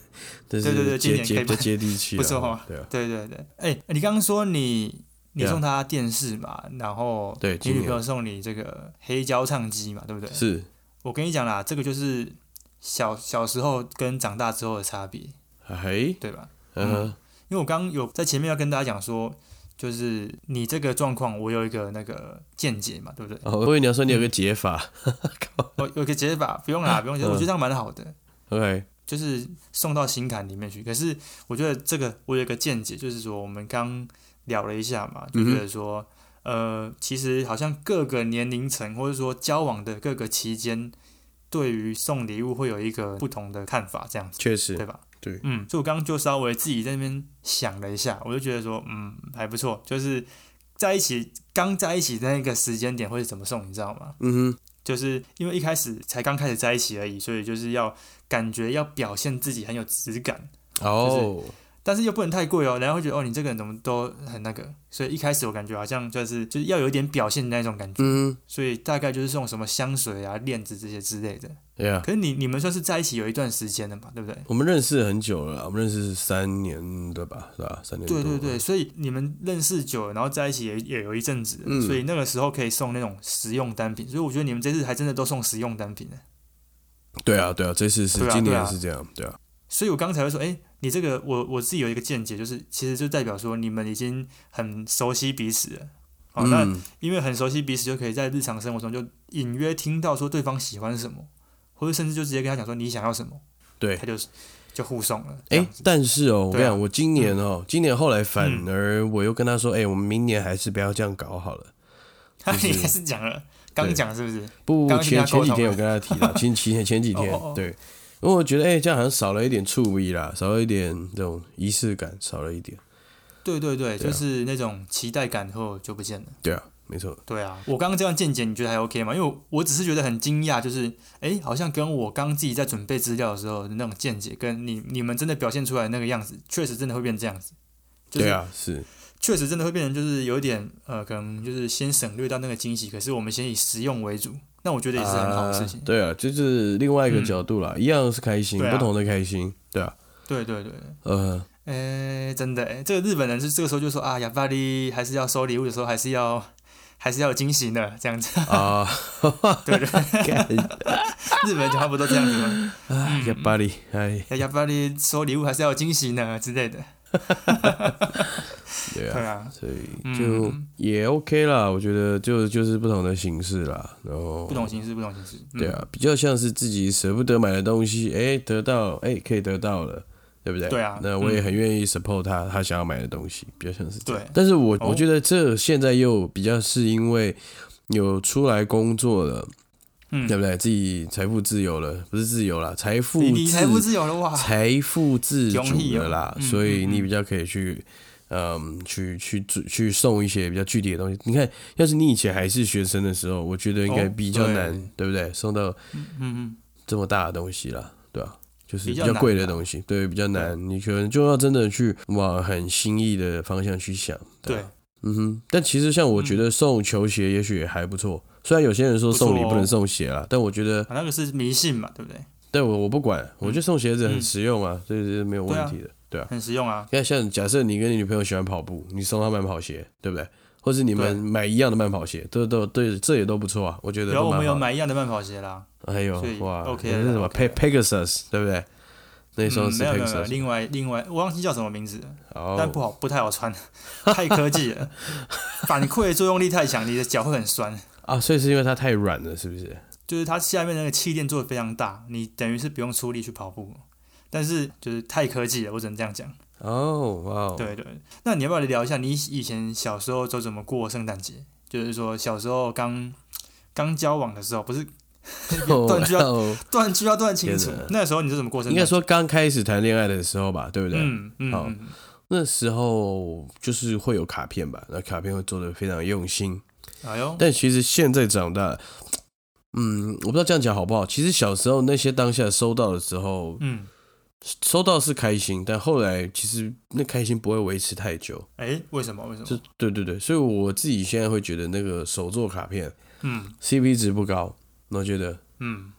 Speaker 1: 这
Speaker 2: 对对
Speaker 1: 是
Speaker 2: 对今
Speaker 1: 接
Speaker 2: 年可
Speaker 1: 接
Speaker 2: 以
Speaker 1: 比较接
Speaker 2: 吧
Speaker 1: 地气了，
Speaker 2: 不错哦
Speaker 1: 对啊，
Speaker 2: 对对对，哎、你刚刚说你你
Speaker 1: Yeah
Speaker 2: 送他电视嘛，然后
Speaker 1: 啊对
Speaker 2: 你
Speaker 1: 今
Speaker 2: 女
Speaker 1: 年
Speaker 2: 朋友送你这个黑胶唱机嘛，对不对？
Speaker 1: 是
Speaker 2: 我跟你讲啦，这个就是小小时候跟长大之后的差别，
Speaker 1: 哎，
Speaker 2: 对吧？
Speaker 1: 嗯哼，
Speaker 2: 因为我刚刚有在前面要跟大家讲说，就是你这个状况，我有一个那个见解嘛，对不对？
Speaker 1: 哦，我以为你要说你有个解法
Speaker 2: 我有一个解法，不用啦，
Speaker 1: 嗯
Speaker 2: 不用解，我觉得这样蛮好的。
Speaker 1: ，OK，
Speaker 2: 就是送到心坎里面去。可是我觉得这个我有一个见解，就是说我们刚聊了一下嘛，
Speaker 1: 嗯
Speaker 2: 就觉得说，呃，其实好像各个年龄层或者说交往的各个期间，对于送礼物会有一个不同的看法，这样子，
Speaker 1: 确
Speaker 2: 对
Speaker 1: 实，
Speaker 2: 吧？
Speaker 1: 对
Speaker 2: 嗯，所以我刚刚就稍微自己在那边想了一下，我就觉得说，嗯，还不错，就是在一起刚在一起的那个时间点会怎么送，你知道吗？
Speaker 1: 嗯哼，
Speaker 2: 就是因为一开始才刚开始在一起而已，所以就是要感觉要表现自己很有质感，
Speaker 1: 哦，
Speaker 2: 但是又不能太贵哦，然后会觉得哦你这个人怎么都很那个，所以一开始我感觉好像就是就是要有一点表现的那种感觉，
Speaker 1: 嗯哼，
Speaker 2: 所以大概就是送什么香水啊、链子这些之类的。
Speaker 1: 对呀，
Speaker 2: 可是你你们算是在一起有一段时间了嘛，对不对？
Speaker 1: 我们认识很久了啦，我们认识三年对吧？是吧？三年多
Speaker 2: 对对对，，所以你们认识久了，然后在一起也也有一阵子了，
Speaker 1: 嗯
Speaker 2: 所以那个时候可以送那种实用单品，所以我觉得你们这次还真的都送实用单品呢。
Speaker 1: 对啊对啊，这次是
Speaker 2: 对啊
Speaker 1: 今
Speaker 2: 对
Speaker 1: 年
Speaker 2: 啊
Speaker 1: 是这样，对啊，
Speaker 2: 所以我刚才会说，哎、你这个我我自己有一个见解，就是其实就代表说你们已经很熟悉彼此了。好、哦那
Speaker 1: 嗯，
Speaker 2: 因为很熟悉彼此，就可以在日常生活中就隐约听到说对方喜欢什么，或者甚至就直接跟他讲说你想要什么，
Speaker 1: 对
Speaker 2: 他。就就互送了。
Speaker 1: 哎
Speaker 2: 哎、，
Speaker 1: 但是哦，我跟你
Speaker 2: 对
Speaker 1: 讲，
Speaker 2: 啊嗯
Speaker 1: 我今年哦，今年后来反而我又跟他说，哎，我们明年还是不要这样搞好了。
Speaker 2: 他
Speaker 1: 就是
Speaker 2: 你还是讲了，刚讲是不是？
Speaker 1: 不不
Speaker 2: 刚
Speaker 1: 不，
Speaker 2: 刚去
Speaker 1: 前
Speaker 2: 跟他
Speaker 1: 前
Speaker 2: 沟
Speaker 1: 几
Speaker 2: 通
Speaker 1: 天有
Speaker 2: 了
Speaker 1: 跟他提 了，前前前几天
Speaker 2: 哦哦哦
Speaker 1: 对，因为我觉得哎、这样好像少了一点醋意啦，少了一点这种仪式感，少了一点，
Speaker 2: 对对对，
Speaker 1: 对啊
Speaker 2: 就是那种期待感后就不见了。
Speaker 1: 对啊，没错，
Speaker 2: 对啊，我刚刚这样见解，你觉得还 OK 吗？因为我我只是觉得很惊讶，就是哎，好像跟我刚自己在准备资料的时候的那种见解，跟你你们真的表现出来的那个样子，确实真的会变这样子。就是、
Speaker 1: 对，啊，是
Speaker 2: 确实真的会变成就是有点呃，可能就是先省略掉那个惊喜，呃可是我们先以实用为主，那我觉得也是很好的事情。
Speaker 1: 啊对啊，就是另外一个
Speaker 2: 嗯
Speaker 1: 角度啦，一样是开心，
Speaker 2: 对啊
Speaker 1: 不同的开心，对啊，
Speaker 2: 对对对，
Speaker 1: 呃，
Speaker 2: 哎，真的哎，这个日本人是这个时候就说啊，哑巴里还是要收礼物的时候还是要还是要有惊喜呢，这 样子。
Speaker 1: 啊，
Speaker 2: 对对，日本人讲话不都这样子吗？
Speaker 1: 哎呀，巴黎，哎，
Speaker 2: 要不然收礼物还是要有惊喜呢之类的。
Speaker 1: 对
Speaker 2: 对
Speaker 1: 啊，
Speaker 2: 啊，
Speaker 1: 所以就
Speaker 2: 嗯
Speaker 1: 也 OK 啦，我觉得就就是不同的形式啦，然后
Speaker 2: 不同形式，不同形式。嗯
Speaker 1: 对，啊，比较像是自己舍不得买的东西，哎、得到，哎、可以得到了，对不对？
Speaker 2: 对啊
Speaker 1: 那我也很愿意 support 他，他想要买的东西，比较像是这样。
Speaker 2: 对
Speaker 1: 但是我、
Speaker 2: 哦
Speaker 1: 我觉得这现在又比较是因为有出来工作了，对
Speaker 2: 嗯，
Speaker 1: 不对？自己财富自由了，不是自由啦，财富
Speaker 2: 你你财富
Speaker 1: 自
Speaker 2: 自由了哇！
Speaker 1: 财富自主
Speaker 2: 啊容易
Speaker 1: 了
Speaker 2: 哦
Speaker 1: 啦，
Speaker 2: 嗯
Speaker 1: 所以
Speaker 2: 嗯
Speaker 1: 你比较可以去。嗯，去去去去送一些比较具体的东西。你看，要是你以前还是学生的时候，我觉得应该
Speaker 2: 哦
Speaker 1: 比较
Speaker 2: 对
Speaker 1: 难，对不对？送到
Speaker 2: 嗯嗯，
Speaker 1: 这么大的东西啦，对啊，就是比
Speaker 2: 比较
Speaker 1: 较贵的
Speaker 2: 难啊
Speaker 1: 东西，对，比较难，你可能就要真的去往很新意的方向去想，
Speaker 2: 对
Speaker 1: 啊，嗯哼。但其实像我觉
Speaker 2: 嗯
Speaker 1: 得送球鞋也许也还不错，虽然有些人说送礼
Speaker 2: 不错哦
Speaker 1: 不能送鞋啦，但我觉得，
Speaker 2: 啊那个是迷信嘛，对不对？
Speaker 1: 但我我不管，我觉得送鞋子很
Speaker 2: 嗯
Speaker 1: 实用啊，这是没有问题的，对啊。
Speaker 2: 很实用啊。
Speaker 1: 你看，像假设你跟你女朋友喜欢跑步，你送她慢跑鞋，对不对？或是你们
Speaker 2: 对
Speaker 1: 买一样的慢跑鞋，都都对，这也都不错啊，我觉得
Speaker 2: 然
Speaker 1: 都
Speaker 2: 后我
Speaker 1: 蛮
Speaker 2: 们
Speaker 1: 好
Speaker 2: 有
Speaker 1: 的
Speaker 2: 买一样的慢跑鞋啦，
Speaker 1: 还有
Speaker 2: 所以
Speaker 1: 哇
Speaker 2: OK
Speaker 1: 那
Speaker 2: 了
Speaker 1: 是什么
Speaker 2: OK
Speaker 1: Pe
Speaker 2: 了
Speaker 1: Pegasus 对不对？那
Speaker 2: 嗯
Speaker 1: 时候是
Speaker 2: 没有没有没有
Speaker 1: Pegasus，
Speaker 2: 另外另外，我忘记叫什么名字了，但不
Speaker 1: 哦，
Speaker 2: 好不太好穿， 太科 技了，反馈作用力太强，你的脚会很酸。
Speaker 1: 啊，所以是因为它太软了，是不是？
Speaker 2: 就是它下面那个气垫做的非常大，你等于是不用出力去跑步，但是就是太科技了，我只能这样讲。
Speaker 1: 哦，哇哦，
Speaker 2: 对对，那你要不要聊一下你以前小时候都怎么过圣诞节？就是说小时候刚刚交往的时候，不是 断句要
Speaker 1: 哦
Speaker 2: 断句要断清楚
Speaker 1: 天哪，
Speaker 2: 那时候你是怎么过圣
Speaker 1: 应
Speaker 2: 诞
Speaker 1: 该
Speaker 2: 节？
Speaker 1: 说刚开始谈恋爱的时候吧，对不对？
Speaker 2: 嗯嗯
Speaker 1: 好
Speaker 2: 嗯，
Speaker 1: 那时候就是会有卡片吧，那卡片会做的非常用心。
Speaker 2: 哎呦，
Speaker 1: 但其实现在长大了，嗯，我不知道这样讲好不好。其实小时候那些当下收到的时候，
Speaker 2: 嗯，
Speaker 1: 收到是开心，但后来其实那开心不会维持太久。
Speaker 2: 哎，为什么为什
Speaker 1: 这
Speaker 2: 么？
Speaker 1: 对对对，所以我自己现在会觉得那个手做卡片
Speaker 2: 嗯
Speaker 1: CP 值不高。我觉得
Speaker 2: 嗯，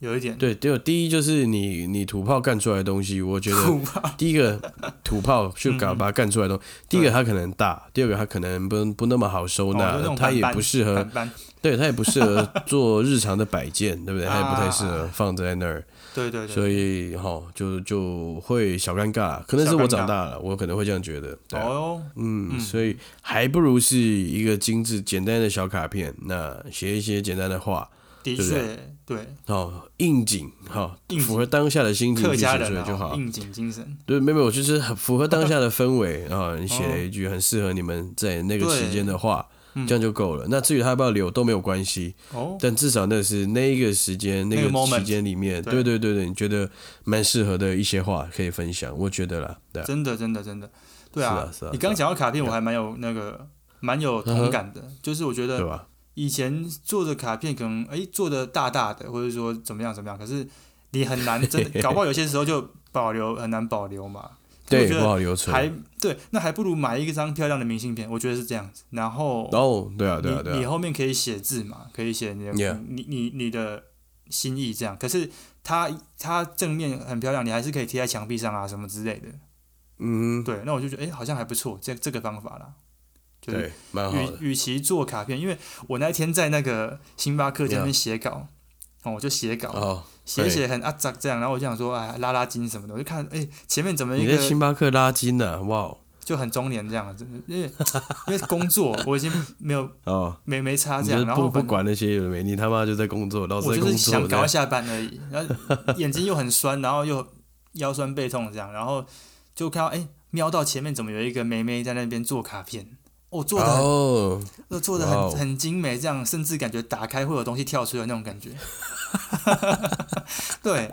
Speaker 2: 有一点
Speaker 1: 对，就第一就是你你土炮干出来的东西，我觉得
Speaker 2: 土吧，
Speaker 1: 第一个土炮去搞
Speaker 2: 嗯
Speaker 1: 把它干出来的东西，第一个它可能大，第二个它可能不不那么好收
Speaker 2: 哦就
Speaker 1: 纳
Speaker 2: 那，种
Speaker 1: 它
Speaker 2: 板
Speaker 1: 也
Speaker 2: 板
Speaker 1: 不适合
Speaker 2: 班班，
Speaker 1: 对，它也不适合做日常的摆件，对不对？它也不太适合
Speaker 2: 啊
Speaker 1: 放在那儿，
Speaker 2: 对对哦对，
Speaker 1: 所以哈，就就会小尴尬。可能是
Speaker 2: 小尴
Speaker 1: 我
Speaker 2: 尬
Speaker 1: 长大了，我可能会这样觉得。对啊、
Speaker 2: 哦，
Speaker 1: 嗯，所以还不如是一个精致简单的小卡片，那写一些简单的话，对
Speaker 2: 的
Speaker 1: 不啊对
Speaker 2: 确对，
Speaker 1: 哦，应景哈
Speaker 2: 应，景
Speaker 1: 符合当下的心情
Speaker 2: 客
Speaker 1: 去
Speaker 2: 家
Speaker 1: 写出来
Speaker 2: 人
Speaker 1: 就
Speaker 2: 啊
Speaker 1: 好。
Speaker 2: 应景精神，
Speaker 1: 对，没有没有，就是很符合当下的氛围啊。你写了一句很适合你们在那个
Speaker 2: 哦对
Speaker 1: 期间的话，
Speaker 2: 嗯
Speaker 1: 这样就够了。那至于他要不要留都没有关系，
Speaker 2: 哦，
Speaker 1: 但至少那是那一个时间、
Speaker 2: 那
Speaker 1: 那
Speaker 2: 个
Speaker 1: 个
Speaker 2: moment
Speaker 1: 期间里面，对对
Speaker 2: 对
Speaker 1: 对对，你觉得蛮适合的一些话可以分享，我觉得啦，对啊，
Speaker 2: 真的真的真的，对
Speaker 1: 是啊是啊嗯
Speaker 2: 你刚讲到卡片，我还蛮有那个蛮有同感的，就是我觉
Speaker 1: 对
Speaker 2: 得
Speaker 1: 吧？
Speaker 2: 以前做的卡片可能哎做的大大的，或者说怎么样怎么样，可是你很难真 的，搞不好有些时候就保留很难保留嘛。可
Speaker 1: 对
Speaker 2: 是我，觉
Speaker 1: 不
Speaker 2: 得
Speaker 1: 好留存。
Speaker 2: 还对，那还不如买一张漂亮的明信片，我觉得是这样子。然后
Speaker 1: 哦，对啊，
Speaker 2: 你
Speaker 1: 对啊，对
Speaker 2: 你
Speaker 1: 啊，
Speaker 2: 后面可以写字嘛，可以写你的
Speaker 1: Yeah
Speaker 2: 你你你的心意这样。可是它它正面很漂亮，你还是可以贴在墙壁上啊什么之类的。
Speaker 1: 嗯哼，
Speaker 2: 对，那我就觉得哎、诶好像还不错，这这个方法啦。就是
Speaker 1: 对，蛮好的。
Speaker 2: 与与其做卡片，因为我那一天在那个星巴克在那边写稿，哦，我就写稿，
Speaker 1: 哦，
Speaker 2: 写一写很啊咋这样，然后我就想说哎拉拉筋什么的，我就看哎、前面怎么一
Speaker 1: 你在
Speaker 2: 个
Speaker 1: 星巴克拉筋呢？哇哦
Speaker 2: 就很中年这样子，因为 因为工作我已经没有
Speaker 1: 哦，
Speaker 2: 没没差
Speaker 1: 你
Speaker 2: 这
Speaker 1: 就
Speaker 2: 啊样，然后
Speaker 1: 不不
Speaker 2: 反
Speaker 1: 管那些有的没，你他妈就在工作，老
Speaker 2: 我
Speaker 1: 是在
Speaker 2: 就
Speaker 1: 工
Speaker 2: 是想
Speaker 1: 作
Speaker 2: 赶快
Speaker 1: 的。
Speaker 2: 下班而已，然后眼睛又很酸，然后又腰酸背痛这样，然后就看到哎、瞄到前面怎么有一个妹妹在那边做卡片，哦做的很
Speaker 1: 哦，
Speaker 2: 都做的
Speaker 1: 哇哦
Speaker 2: 很很精美，这样甚至感觉打开会有东西跳出来那种感觉。 对，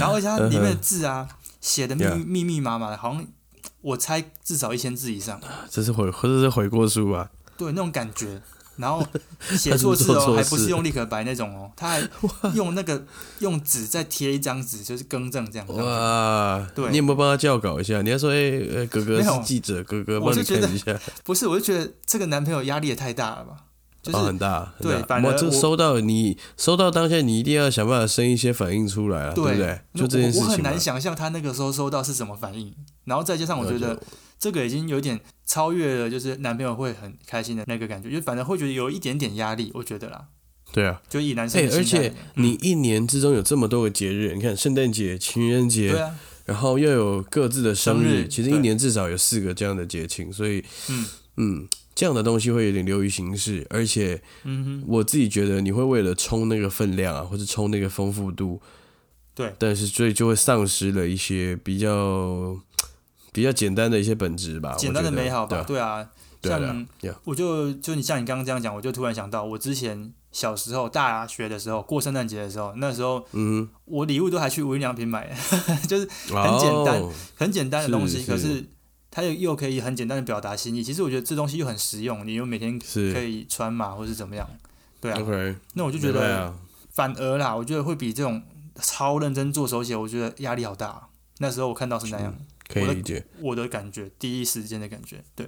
Speaker 2: 然后而且它里面的字啊，写的密
Speaker 1: Yeah
Speaker 2: 密密麻麻的，好像我猜至少一千字以上，
Speaker 1: 这是悔，这是悔过书啊吧？
Speaker 2: 对那种感觉。然后写错字
Speaker 1: 他是做
Speaker 2: 哦，
Speaker 1: 错
Speaker 2: 还不
Speaker 1: 事
Speaker 2: 是用立可白那种哦，他还用 那个用纸再贴一张纸，就是更正这样。
Speaker 1: 哇，
Speaker 2: 对
Speaker 1: 你有没有帮他校稿一下？你还说，哎，呃哥哥
Speaker 2: 没
Speaker 1: 是
Speaker 2: 有
Speaker 1: 记者，哥哥
Speaker 2: 我
Speaker 1: 帮你
Speaker 2: 是觉得
Speaker 1: 看一下。
Speaker 2: 不是，我就觉得这个男朋友压力也太大了吧，就是、
Speaker 1: 哦、很大，很
Speaker 2: 对
Speaker 1: 大
Speaker 2: 反
Speaker 1: 哇
Speaker 2: 而
Speaker 1: 这
Speaker 2: 我
Speaker 1: 收到你收到当下，你一定要想办法生一些反应出来啊，对
Speaker 2: 对
Speaker 1: 不对？
Speaker 2: 那
Speaker 1: 就这件事
Speaker 2: 我我
Speaker 1: 情
Speaker 2: 很
Speaker 1: 嘛
Speaker 2: 难，想象他那个时候收到是什么反应，然后再加上我觉
Speaker 1: 了
Speaker 2: 得
Speaker 1: 解
Speaker 2: 这个已经有点超越了，就是男朋友会很开心的那个感觉，就反正会觉得有一点点压力，我觉得啦，
Speaker 1: 对啊，
Speaker 2: 就以男生
Speaker 1: 哎、
Speaker 2: 的心
Speaker 1: 而且
Speaker 2: 态来讲、
Speaker 1: 你一年之中有这么多个节日，你看圣诞节、情人节，
Speaker 2: 对啊，
Speaker 1: 然后又有各自的生
Speaker 2: 生日
Speaker 1: 其实一
Speaker 2: 对
Speaker 1: 年至少有四个这样的节庆，所以
Speaker 2: 嗯
Speaker 1: 嗯，这样的东西会有点流于形式，而且
Speaker 2: 嗯哼，
Speaker 1: 我自己觉得你会为了冲那个分量啊，或者冲那个丰富度，
Speaker 2: 对
Speaker 1: 但是所以就会丧失了一些比较比较简单的一些本质吧，
Speaker 2: 简单的美好吧，
Speaker 1: 啊我觉得
Speaker 2: 对啊，
Speaker 1: 对啊对
Speaker 2: 像
Speaker 1: 啊对啊
Speaker 2: 我就就你像你刚刚这样讲，我就突然想到，我之前小时候大学的时候过圣诞节的时候，那时候
Speaker 1: 嗯
Speaker 2: 我礼物都还去无印良品买，就是
Speaker 1: 哼，
Speaker 2: 很简单
Speaker 1: 哦
Speaker 2: 很简单的东西，
Speaker 1: 是
Speaker 2: 可
Speaker 1: 是
Speaker 2: 是它又又可以很简单的表达心意。其实我觉得这东西又很实用，你又每天可
Speaker 1: 是
Speaker 2: 以穿嘛，或是怎么样，对啊。
Speaker 1: OK，
Speaker 2: 那我就
Speaker 1: 就
Speaker 2: 觉得
Speaker 1: 啊，
Speaker 2: 反而啦，我觉得会比这种超认真做手写，我觉得压力好大啊。那时候我看到是那样，
Speaker 1: 可以
Speaker 2: 我的
Speaker 1: 理解，
Speaker 2: 我的感觉，第一时间的感觉，对。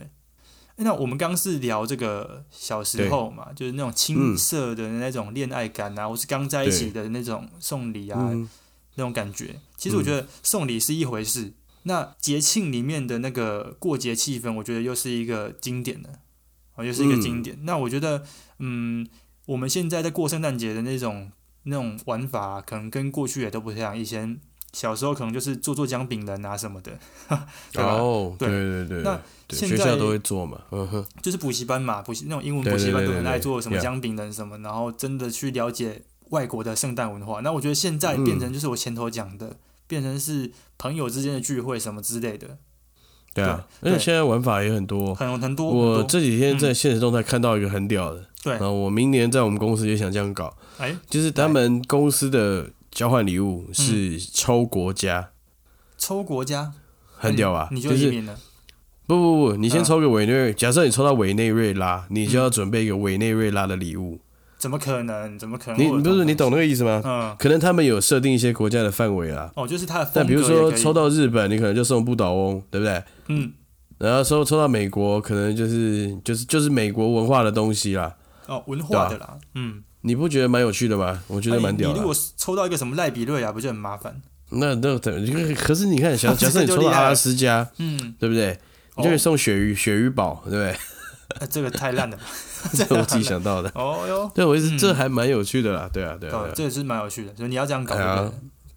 Speaker 2: 诶那我们刚是聊这个小时候嘛，就是那种青
Speaker 1: 嗯
Speaker 2: 涩的那种恋爱感啊，或是刚在一起的那种送礼啊，
Speaker 1: 嗯，
Speaker 2: 那种感觉。其实我觉得送礼是一回事，那节庆里面的那个过节气氛，我觉得又是一个经典的，哦，又是一个经典。那我觉得，嗯，我们现在在过圣诞节的那种那种玩法、可能跟过去也都不太一样。以前小时候可能就是做做姜饼人啊什么的， 对吧
Speaker 1: 哦，对
Speaker 2: 对
Speaker 1: 对对，
Speaker 2: 那
Speaker 1: 对
Speaker 2: 现
Speaker 1: 学校
Speaker 2: 在
Speaker 1: 都会做嘛，嗯哼，
Speaker 2: 就是补习班嘛，补习那种英文
Speaker 1: 对
Speaker 2: 补习班
Speaker 1: 对对
Speaker 2: 都
Speaker 1: 对
Speaker 2: 很
Speaker 1: 对
Speaker 2: 爱做什么
Speaker 1: yeah
Speaker 2: 姜饼人什么，然后真的去了解外国的圣诞文化。那我觉得现在
Speaker 1: 嗯
Speaker 2: 变成就是我前头讲的，变成是朋友之间的聚会什么之类的，
Speaker 1: 对啊，
Speaker 2: 对
Speaker 1: 而
Speaker 2: 对
Speaker 1: 且现在玩法也很多。
Speaker 2: 很很多。
Speaker 1: 哦我
Speaker 2: 很多
Speaker 1: 这几天在现实动态看到一个很屌的，
Speaker 2: 对
Speaker 1: 然，后我明年在我们公司也想这样搞，
Speaker 2: 哎，
Speaker 1: 就是他们公司的交换礼物
Speaker 2: 嗯
Speaker 1: 是抽国家，
Speaker 2: 抽国家
Speaker 1: 很屌吧？
Speaker 2: 你就
Speaker 1: 就
Speaker 2: 移
Speaker 1: 是
Speaker 2: 民了。
Speaker 1: 不不不，你先
Speaker 2: 嗯
Speaker 1: 抽个委内瑞，假设你抽到委内瑞拉，你就要准备一个委内瑞拉的礼物。
Speaker 2: 怎么可能？怎么可能？
Speaker 1: 你
Speaker 2: 我有
Speaker 1: 不是
Speaker 2: 同
Speaker 1: 你懂那个意思吗？
Speaker 2: 嗯，
Speaker 1: 可能他们有设定一些国家的范围啊，
Speaker 2: 哦，就是他的风格
Speaker 1: 但比如
Speaker 2: 也
Speaker 1: 说
Speaker 2: 可以
Speaker 1: 抽，到日本，你可能就送不倒翁，对不对？
Speaker 2: 嗯，
Speaker 1: 然后抽抽到美国，可能就是就是就是美国文化的东西啦。
Speaker 2: 哦，文化的啦，嗯，
Speaker 1: 你不觉得蛮有趣的吗？我啊觉得
Speaker 2: 那
Speaker 1: 蛮
Speaker 2: 你
Speaker 1: 屌
Speaker 2: 哎你
Speaker 1: 的啊
Speaker 2: 如。果抽到一个什么赖比瑞啊亚，不就很麻烦？
Speaker 1: 那那等，可是你看，假假设你
Speaker 2: 这个就
Speaker 1: 抽到
Speaker 2: 厉害了
Speaker 1: 阿拉斯加，
Speaker 2: 嗯，
Speaker 1: 对不对？你就可以送鳕 鱼鳕鱼堡，对不对？，
Speaker 2: 呃这个太烂了 吧啊
Speaker 1: 这我自己。想到的。
Speaker 2: 哦哟，
Speaker 1: 对，我一直这还蛮有趣的啦，对啊，对啊，
Speaker 2: 哦
Speaker 1: 对，啊。
Speaker 2: 这个是蛮有趣的，所以你要这样搞
Speaker 1: 哎呀
Speaker 2: 就可以了，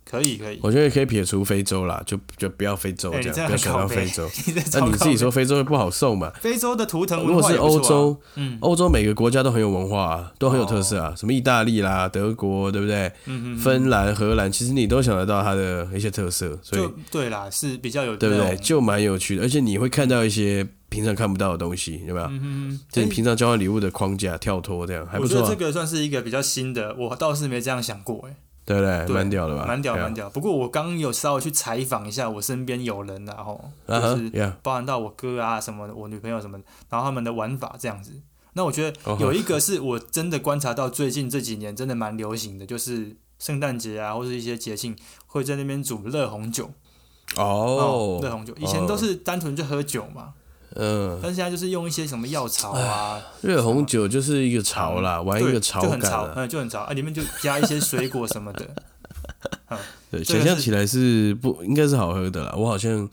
Speaker 2: 可以可以。
Speaker 1: 我觉得可以撇除非洲啦，就就不要非洲
Speaker 2: 哎
Speaker 1: 这
Speaker 2: 你
Speaker 1: 样，
Speaker 2: 这样
Speaker 1: 不要
Speaker 2: 很
Speaker 1: 想到
Speaker 2: 靠
Speaker 1: 非
Speaker 2: 背
Speaker 1: 洲。
Speaker 2: 你在
Speaker 1: 那
Speaker 2: 超
Speaker 1: 你自己
Speaker 2: 高
Speaker 1: 说非洲会不好送嘛？
Speaker 2: 非洲的图腾
Speaker 1: 如
Speaker 2: 文
Speaker 1: 果
Speaker 2: 化
Speaker 1: 是
Speaker 2: 也不错啊
Speaker 1: 欧，洲，
Speaker 2: 嗯哦
Speaker 1: 欧洲每个国家都很有文化啊，都很有特色啊，什么意大利啦、德国，对不对？
Speaker 2: 嗯嗯，
Speaker 1: 芬兰、荷兰，其实你都想得到它的一些特色，所
Speaker 2: 就啊
Speaker 1: 以
Speaker 2: 对啦，是比较有
Speaker 1: 对不
Speaker 2: 那
Speaker 1: 对？
Speaker 2: 种
Speaker 1: 就蛮有趣的，而且你会看到一些平常看不到的东西，有没有？
Speaker 2: 嗯
Speaker 1: 就你
Speaker 2: 哼，
Speaker 1: 平常交换礼物的框架跳脱，这样还
Speaker 2: 哎
Speaker 1: 不
Speaker 2: 我觉
Speaker 1: 错
Speaker 2: 得
Speaker 1: 啊
Speaker 2: 这，个算是一个比较新的，我倒是没这样想过，哎。
Speaker 1: 对不对？
Speaker 2: 对
Speaker 1: 蛮屌的吧？
Speaker 2: 蛮屌
Speaker 1: 对啊
Speaker 2: 蛮屌。不过我刚有稍微去采访一下我身边友人然后
Speaker 1: 啊
Speaker 2: 就
Speaker 1: 哈
Speaker 2: 是
Speaker 1: ，Yeah，
Speaker 2: 包含到我哥啊什么的，我女朋友什么的，然后他们的玩法这样子。那我觉
Speaker 1: 哦
Speaker 2: 得有一个是我真的观察到最近这几年真的蛮流行的，就是圣诞节啊，或是一些节庆会在那边煮热红酒
Speaker 1: 哦，
Speaker 2: 热红酒。以前都是单纯就喝酒嘛，
Speaker 1: 嗯，
Speaker 2: 但是现在就是用一些什么药草啊，
Speaker 1: 热红酒就是一个潮啦，玩一
Speaker 2: 嗯对，
Speaker 1: 个潮
Speaker 2: 就
Speaker 1: 感
Speaker 2: 很潮，
Speaker 1: 啦，
Speaker 2: 嗯，就很潮啊，里面就加一些水果什么的。
Speaker 1: 对，
Speaker 2: 这个
Speaker 1: 想
Speaker 2: 是
Speaker 1: 象起来是不应该是好喝的啦。我好像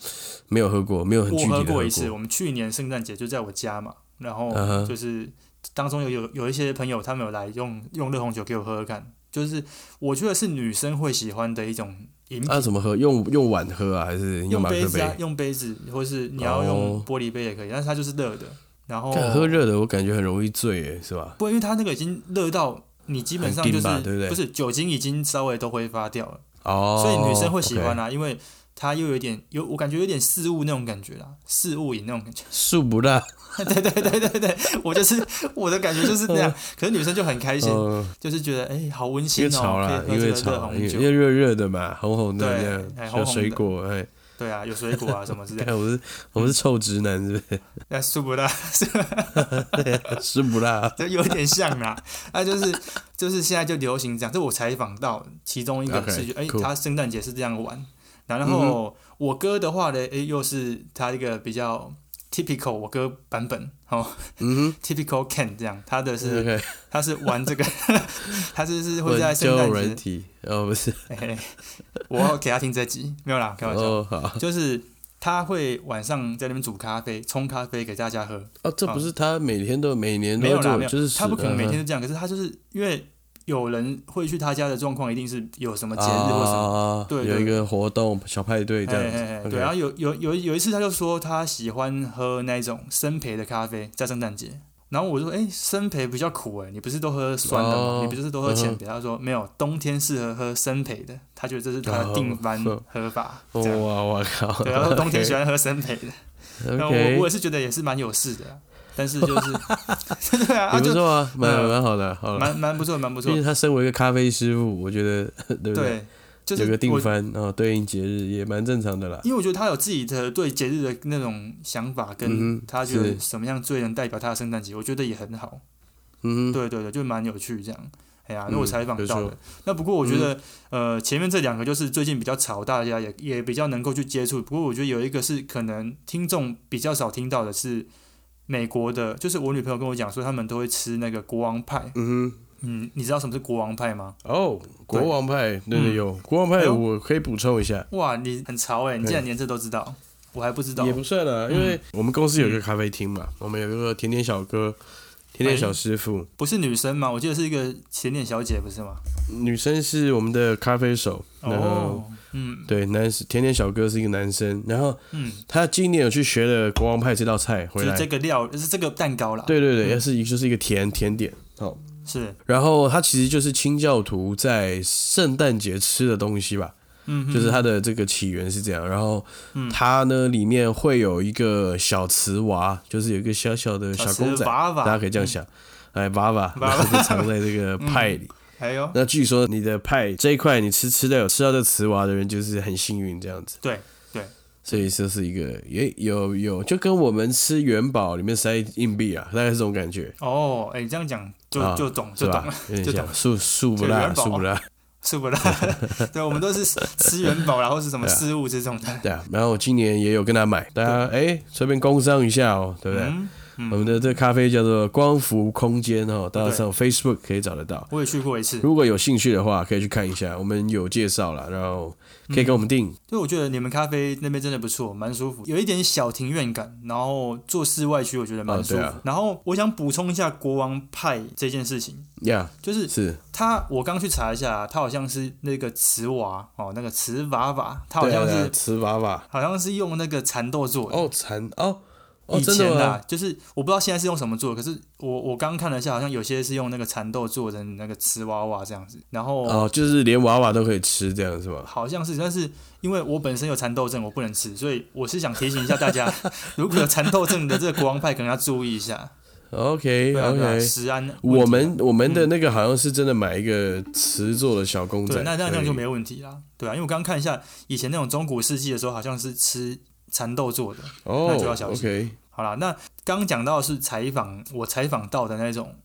Speaker 1: 没有喝过，没有很具
Speaker 2: 我
Speaker 1: 体的
Speaker 2: 喝过一次，我们去年圣诞节就在我家嘛，然
Speaker 1: 嗯
Speaker 2: 后
Speaker 1: 哼
Speaker 2: 就是当中有有有一些朋友他们有来用用热红酒给我喝喝看，就是我觉得是女生会喜欢的一种饮品，
Speaker 1: 啊，怎么喝？用用碗喝啊，还是
Speaker 2: 用
Speaker 1: 马克
Speaker 2: 杯子
Speaker 1: 杯？
Speaker 2: 啊，用杯子，或是你要用
Speaker 1: 哦
Speaker 2: 玻璃杯也可以，但是它就是热的，然后
Speaker 1: 看喝热的，我感觉很容易醉，耶，是吧？
Speaker 2: 不，因为它那个已经热到你基本上
Speaker 1: 很
Speaker 2: 就
Speaker 1: 硬
Speaker 2: 是
Speaker 1: 吧对不对
Speaker 2: 是酒精已经稍微都挥发掉了，
Speaker 1: 哦，
Speaker 2: 所以女生会喜欢啊啦、因为它又有点有我感觉有点四物那种感觉啦，四物饮那种感觉。
Speaker 1: OK。树不 辣，
Speaker 2: 对对对对对，我就是我的感觉就是那样。可是女生就很开心，
Speaker 1: 嗯，
Speaker 2: 就是觉得哎、好温
Speaker 1: 因
Speaker 2: 馨
Speaker 1: 为潮啦
Speaker 2: 哦，，可
Speaker 1: 因
Speaker 2: 以喝
Speaker 1: 为
Speaker 2: 这个热
Speaker 1: 潮，因
Speaker 2: 红
Speaker 1: 为因
Speaker 2: 酒。
Speaker 1: 为热热的嘛，红红的
Speaker 2: 对
Speaker 1: 这
Speaker 2: 哎
Speaker 1: 样，
Speaker 2: 红
Speaker 1: 小
Speaker 2: 红的
Speaker 1: 水果，哎，
Speaker 2: 对啊，有水果啊什么之类的。
Speaker 1: 看我是我是臭直男，是不
Speaker 2: 那苏不拉
Speaker 1: 是？树不辣，
Speaker 2: 就有点像啦，那就是就是现在就流行这样。这我采访到其中一个
Speaker 1: OK，
Speaker 2: 是觉得哎
Speaker 1: cool 嗯
Speaker 2: 他圣诞节是这样玩。然后我哥的话呢，哎、又是他一个比较 typical 我哥版本哦
Speaker 1: 嗯
Speaker 2: ，typical Ken 这样，他的
Speaker 1: 哼
Speaker 2: 是
Speaker 1: ，OK，
Speaker 2: 他是玩这个， 他是是会
Speaker 1: 我
Speaker 2: 在圣
Speaker 1: 交
Speaker 2: 诞
Speaker 1: 友
Speaker 2: 节
Speaker 1: 软体，哦，不是，
Speaker 2: 嘿嘿， 我要给他听这集，没有啦，开玩笑。
Speaker 1: 哦，好，
Speaker 2: 就是他会晚上在那边煮咖啡，冲咖啡给大家喝。
Speaker 1: 哦，这不是他每天都每年都
Speaker 2: 没有啦，
Speaker 1: 做
Speaker 2: 没有，
Speaker 1: 就是
Speaker 2: 他不可能每天
Speaker 1: 嗯
Speaker 2: 都这样。可是他就是因为有人会去他家的状况，一定是有什么节日或什么。哎
Speaker 1: 啊，
Speaker 2: 对
Speaker 1: 有
Speaker 2: 对
Speaker 1: 一个活动小派对
Speaker 2: 嘿
Speaker 1: 这样子
Speaker 2: 嘿嘿，
Speaker 1: OK
Speaker 2: 对，然后有有有有一次，他就说他喜欢喝那种生培的咖啡，在圣诞节。然后我就说，哎、生培比较苦哎、你不是都喝酸的吗？
Speaker 1: 哦
Speaker 2: 你不是都喝浅焙？他说没有，冬天适合喝生培的，他觉得这是他的定番
Speaker 1: 哦
Speaker 2: 喝法。这样。
Speaker 1: 哇，我靠！
Speaker 2: 对，然后冬天喜欢喝生培的，那
Speaker 1: o
Speaker 2: 我
Speaker 1: k
Speaker 2: 我也是觉得也是蛮有事的啊、但是就是 对啊，啊
Speaker 1: 也不
Speaker 2: 就
Speaker 1: 错啊，蛮
Speaker 2: 嗯
Speaker 1: 蛮好的，好了。
Speaker 2: 蛮蛮不错，蛮不
Speaker 1: 毕
Speaker 2: 错
Speaker 1: 竟，他身为一个咖啡师傅，我觉得 对不对？
Speaker 2: 对，就
Speaker 1: 有
Speaker 2: 是
Speaker 1: 个定啊
Speaker 2: 我，
Speaker 1: 番哦，对应节日也蛮正常的啦。
Speaker 2: 因为我觉得他有自己的对节日的那种想法，
Speaker 1: 嗯
Speaker 2: 跟
Speaker 1: 哼
Speaker 2: 他觉得
Speaker 1: 是
Speaker 2: 什么样最能代表他的圣诞节，我觉得也很好，
Speaker 1: 嗯哼，
Speaker 2: 对对对，就蛮有趣这样。哎呀，那
Speaker 1: 嗯
Speaker 2: 我采访
Speaker 1: 不
Speaker 2: 到
Speaker 1: 错嗯
Speaker 2: 的。那不过我觉得，呃，前面这两个就是最近比较吵，大家也也比较能够去接触。不过我觉得有一个是可能听众比较少听到的是美国的，就是我女朋友跟我讲说，他们都会吃那个国王派。
Speaker 1: 嗯哼，
Speaker 2: 嗯，你知道什么是国王派吗？
Speaker 1: 哦，国王派，对对
Speaker 2: 嗯
Speaker 1: 有国王派，
Speaker 2: 哎呦
Speaker 1: 我可以补充一下，
Speaker 2: 哇，你很潮哎、你
Speaker 1: 对
Speaker 2: 竟然连这都知道，我还不知道嗯
Speaker 1: 也。不算啦，因为我们公司有一个咖啡厅嘛，我们有一个甜甜小哥，甜甜小师傅，
Speaker 2: 不是女生吗？我记得是一个甜点小姐，不是吗？
Speaker 1: 女生是我们的咖啡手，然后
Speaker 2: 哦，嗯
Speaker 1: 对男甜甜小哥是一个男生，然后
Speaker 2: 嗯，
Speaker 1: 他今年有去学了国王派这道菜
Speaker 2: 就
Speaker 1: 回
Speaker 2: 是嗯
Speaker 1: 来
Speaker 2: 这，个料，就是这个蛋糕啦。
Speaker 1: 对对对，也是一就是一个甜甜点，好，
Speaker 2: 是，
Speaker 1: 然后它其实就是清教徒在圣诞节吃的东西吧，
Speaker 2: 嗯哼，嗯
Speaker 1: 就是它的这个起源是这样。然后它呢里面会有一个小瓷娃，就是有一个小小的小公仔，
Speaker 2: 娃
Speaker 1: 大家
Speaker 2: 娃，
Speaker 1: 可以这样想，哎，娃娃，
Speaker 2: 嗯娃娃
Speaker 1: 然
Speaker 2: 嗯
Speaker 1: 后就藏在这个派里。
Speaker 2: 还有
Speaker 1: 那据说你的派这一块，你吃吃到有吃到这瓷娃的人，就是很幸运这样子。
Speaker 2: 对对，
Speaker 1: 所以这是一个也有有，就跟我们吃元宝里面塞硬币啊，大概是这种感觉，
Speaker 2: 哦，哎，你这样讲
Speaker 1: 啊
Speaker 2: 就就懂
Speaker 1: 是
Speaker 2: 就懂
Speaker 1: 吧
Speaker 2: 了，？
Speaker 1: 有
Speaker 2: 就
Speaker 1: 点
Speaker 2: 懂
Speaker 1: 像树树不
Speaker 2: 就
Speaker 1: 辣，
Speaker 2: 元宝
Speaker 1: 树不辣。
Speaker 2: 是不啦？ 对，我们都是吃元宝，然后是什么
Speaker 1: 对啊
Speaker 2: 事物这种的，
Speaker 1: 对啊，然后我今年也有跟他买，大家哎随便工商一下哦，对不对？
Speaker 2: 嗯，
Speaker 1: 我们的这咖啡叫做光伏空间哦，大家上 Facebook 可以找得到。
Speaker 2: 我也去过一次，
Speaker 1: 如果有兴趣的话，可以去看一下，我们有介绍了，然后可以给我们订。
Speaker 2: 对，我觉得你们咖啡那边真的不错，蛮舒服，有一点小庭院感，然后做室外区我觉得蛮舒服。
Speaker 1: 哦对啊
Speaker 2: 然后我想补充一下国王派这件事情，
Speaker 1: 呀、
Speaker 2: 就是
Speaker 1: 是
Speaker 2: 它，我刚去查一下，啊它好像是那个瓷娃哦，那个瓷娃娃，它好
Speaker 1: 对啊
Speaker 2: 像是、
Speaker 1: 对啊瓷娃娃
Speaker 2: 好像是用那个蚕豆做的。
Speaker 1: 哦，蚕哦哦，
Speaker 2: 以
Speaker 1: 真
Speaker 2: 前
Speaker 1: 的吗？
Speaker 2: 啊，就是我不知道现在是用什么做的，可是我我刚看了一下，好像有些是用那个蚕豆做的那个瓷娃娃这样子，然后
Speaker 1: 哦，就是连娃娃都可以吃，这样是吗？
Speaker 2: 好像是，但是因为我本身有蚕豆症，我不能吃，所以我是想提醒一下大家， 如果有蚕豆症的这个国王派，可能要注意一 下。
Speaker 1: OK
Speaker 2: 对啊，对啊
Speaker 1: OK，
Speaker 2: 食安问题啊。
Speaker 1: 我们我们的那个好像是真的买一个瓷做的小公仔，
Speaker 2: 对，那那那样就
Speaker 1: 所以
Speaker 2: 没有问题啦。对啊，因为我刚刚看一下以前那种中古世纪的时候，好像是吃蚕豆做的。那就要
Speaker 1: 哦
Speaker 2: 小心
Speaker 1: ，OK，
Speaker 2: 好啦，那刚讲到的是采访，我采访到的那种，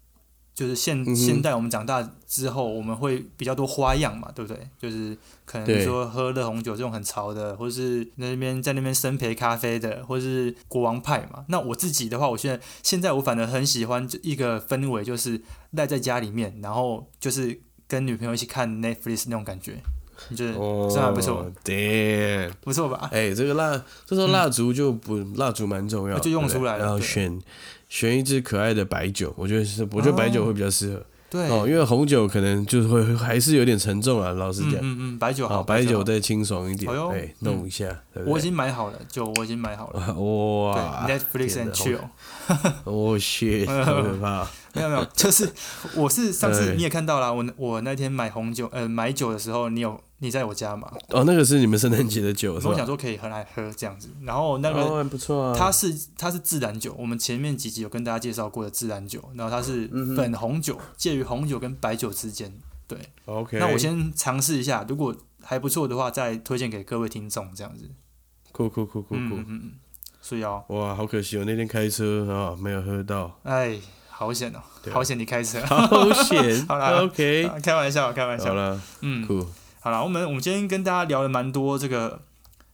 Speaker 2: 就是现、
Speaker 1: 嗯哼
Speaker 2: 现代我们长大之后，我们会比较多花样嘛，对不对？就是可能比如
Speaker 1: 对
Speaker 2: 说喝热红酒这种很潮的，或是那边在那边生培咖啡的，或是国王派嘛。那我自己的话，我现在现在我反而很喜欢一个氛围，就是赖在家里面，然后就是跟女朋友一起看 Netflix 那种感觉，你觉得
Speaker 1: 哦，
Speaker 2: 这还不错，
Speaker 1: damn。
Speaker 2: 不错吧？
Speaker 1: 哎、这个蜡，这时候蜡烛就不，蜡烛蛮重要的，
Speaker 2: 就用
Speaker 1: 对不对
Speaker 2: 出来了
Speaker 1: 然后
Speaker 2: 对
Speaker 1: 选选一支可爱的白酒，我觉得是，我觉得白
Speaker 2: 哦
Speaker 1: 酒会比较适合
Speaker 2: 对，
Speaker 1: 哦因为红酒可能就是会还是有点沉重啊，老实
Speaker 2: 嗯
Speaker 1: 讲。
Speaker 2: 嗯嗯，白酒
Speaker 1: 好，
Speaker 2: 好，
Speaker 1: 白
Speaker 2: 酒
Speaker 1: 酒
Speaker 2: 好
Speaker 1: 再清爽一点，
Speaker 2: 哎呦
Speaker 1: 哎，弄一下，对不
Speaker 2: 我已
Speaker 1: 对？
Speaker 2: 经买好了，酒我已经买好了。对
Speaker 1: 哇，
Speaker 2: ，Netflix
Speaker 1: 天
Speaker 2: and
Speaker 1: 哪
Speaker 2: chill，
Speaker 1: 哦 shit，好 可怕！
Speaker 2: 没 有没有，就是我是上次
Speaker 1: 哎
Speaker 2: 你也看到了，我我那天买红酒，呃，买酒的时候，你有你在我家嘛？
Speaker 1: 哦，那个是你们圣诞节的酒
Speaker 2: 我
Speaker 1: 是
Speaker 2: 跟我
Speaker 1: 吧
Speaker 2: 想？说可以很来喝这样子，然后那个
Speaker 1: 哦，不错啊，
Speaker 2: 它是它是自然酒，我们前面几集有跟大家介绍过的自然酒，然后它是
Speaker 1: 嗯
Speaker 2: 粉红酒，介于红酒跟白酒之间。对，
Speaker 1: OK，
Speaker 2: 那我先尝试一下，如果还不错的话，再推荐给各位听众这样子。
Speaker 1: 酷酷酷酷
Speaker 2: 嗯嗯
Speaker 1: 酷，
Speaker 2: 嗯嗯，所以哦，
Speaker 1: 哇，好可惜，我那天开车啊没有喝 到，
Speaker 2: 哎，好险哦，
Speaker 1: 对啊
Speaker 2: 好险你开车，
Speaker 1: 好险
Speaker 2: 好啦
Speaker 1: ，OK，
Speaker 2: 啊 开玩笑，开玩
Speaker 1: 好
Speaker 2: 笑。
Speaker 1: 了，
Speaker 2: 嗯，
Speaker 1: 酷。
Speaker 2: 好了，我们我们今天跟大家聊了蛮多这个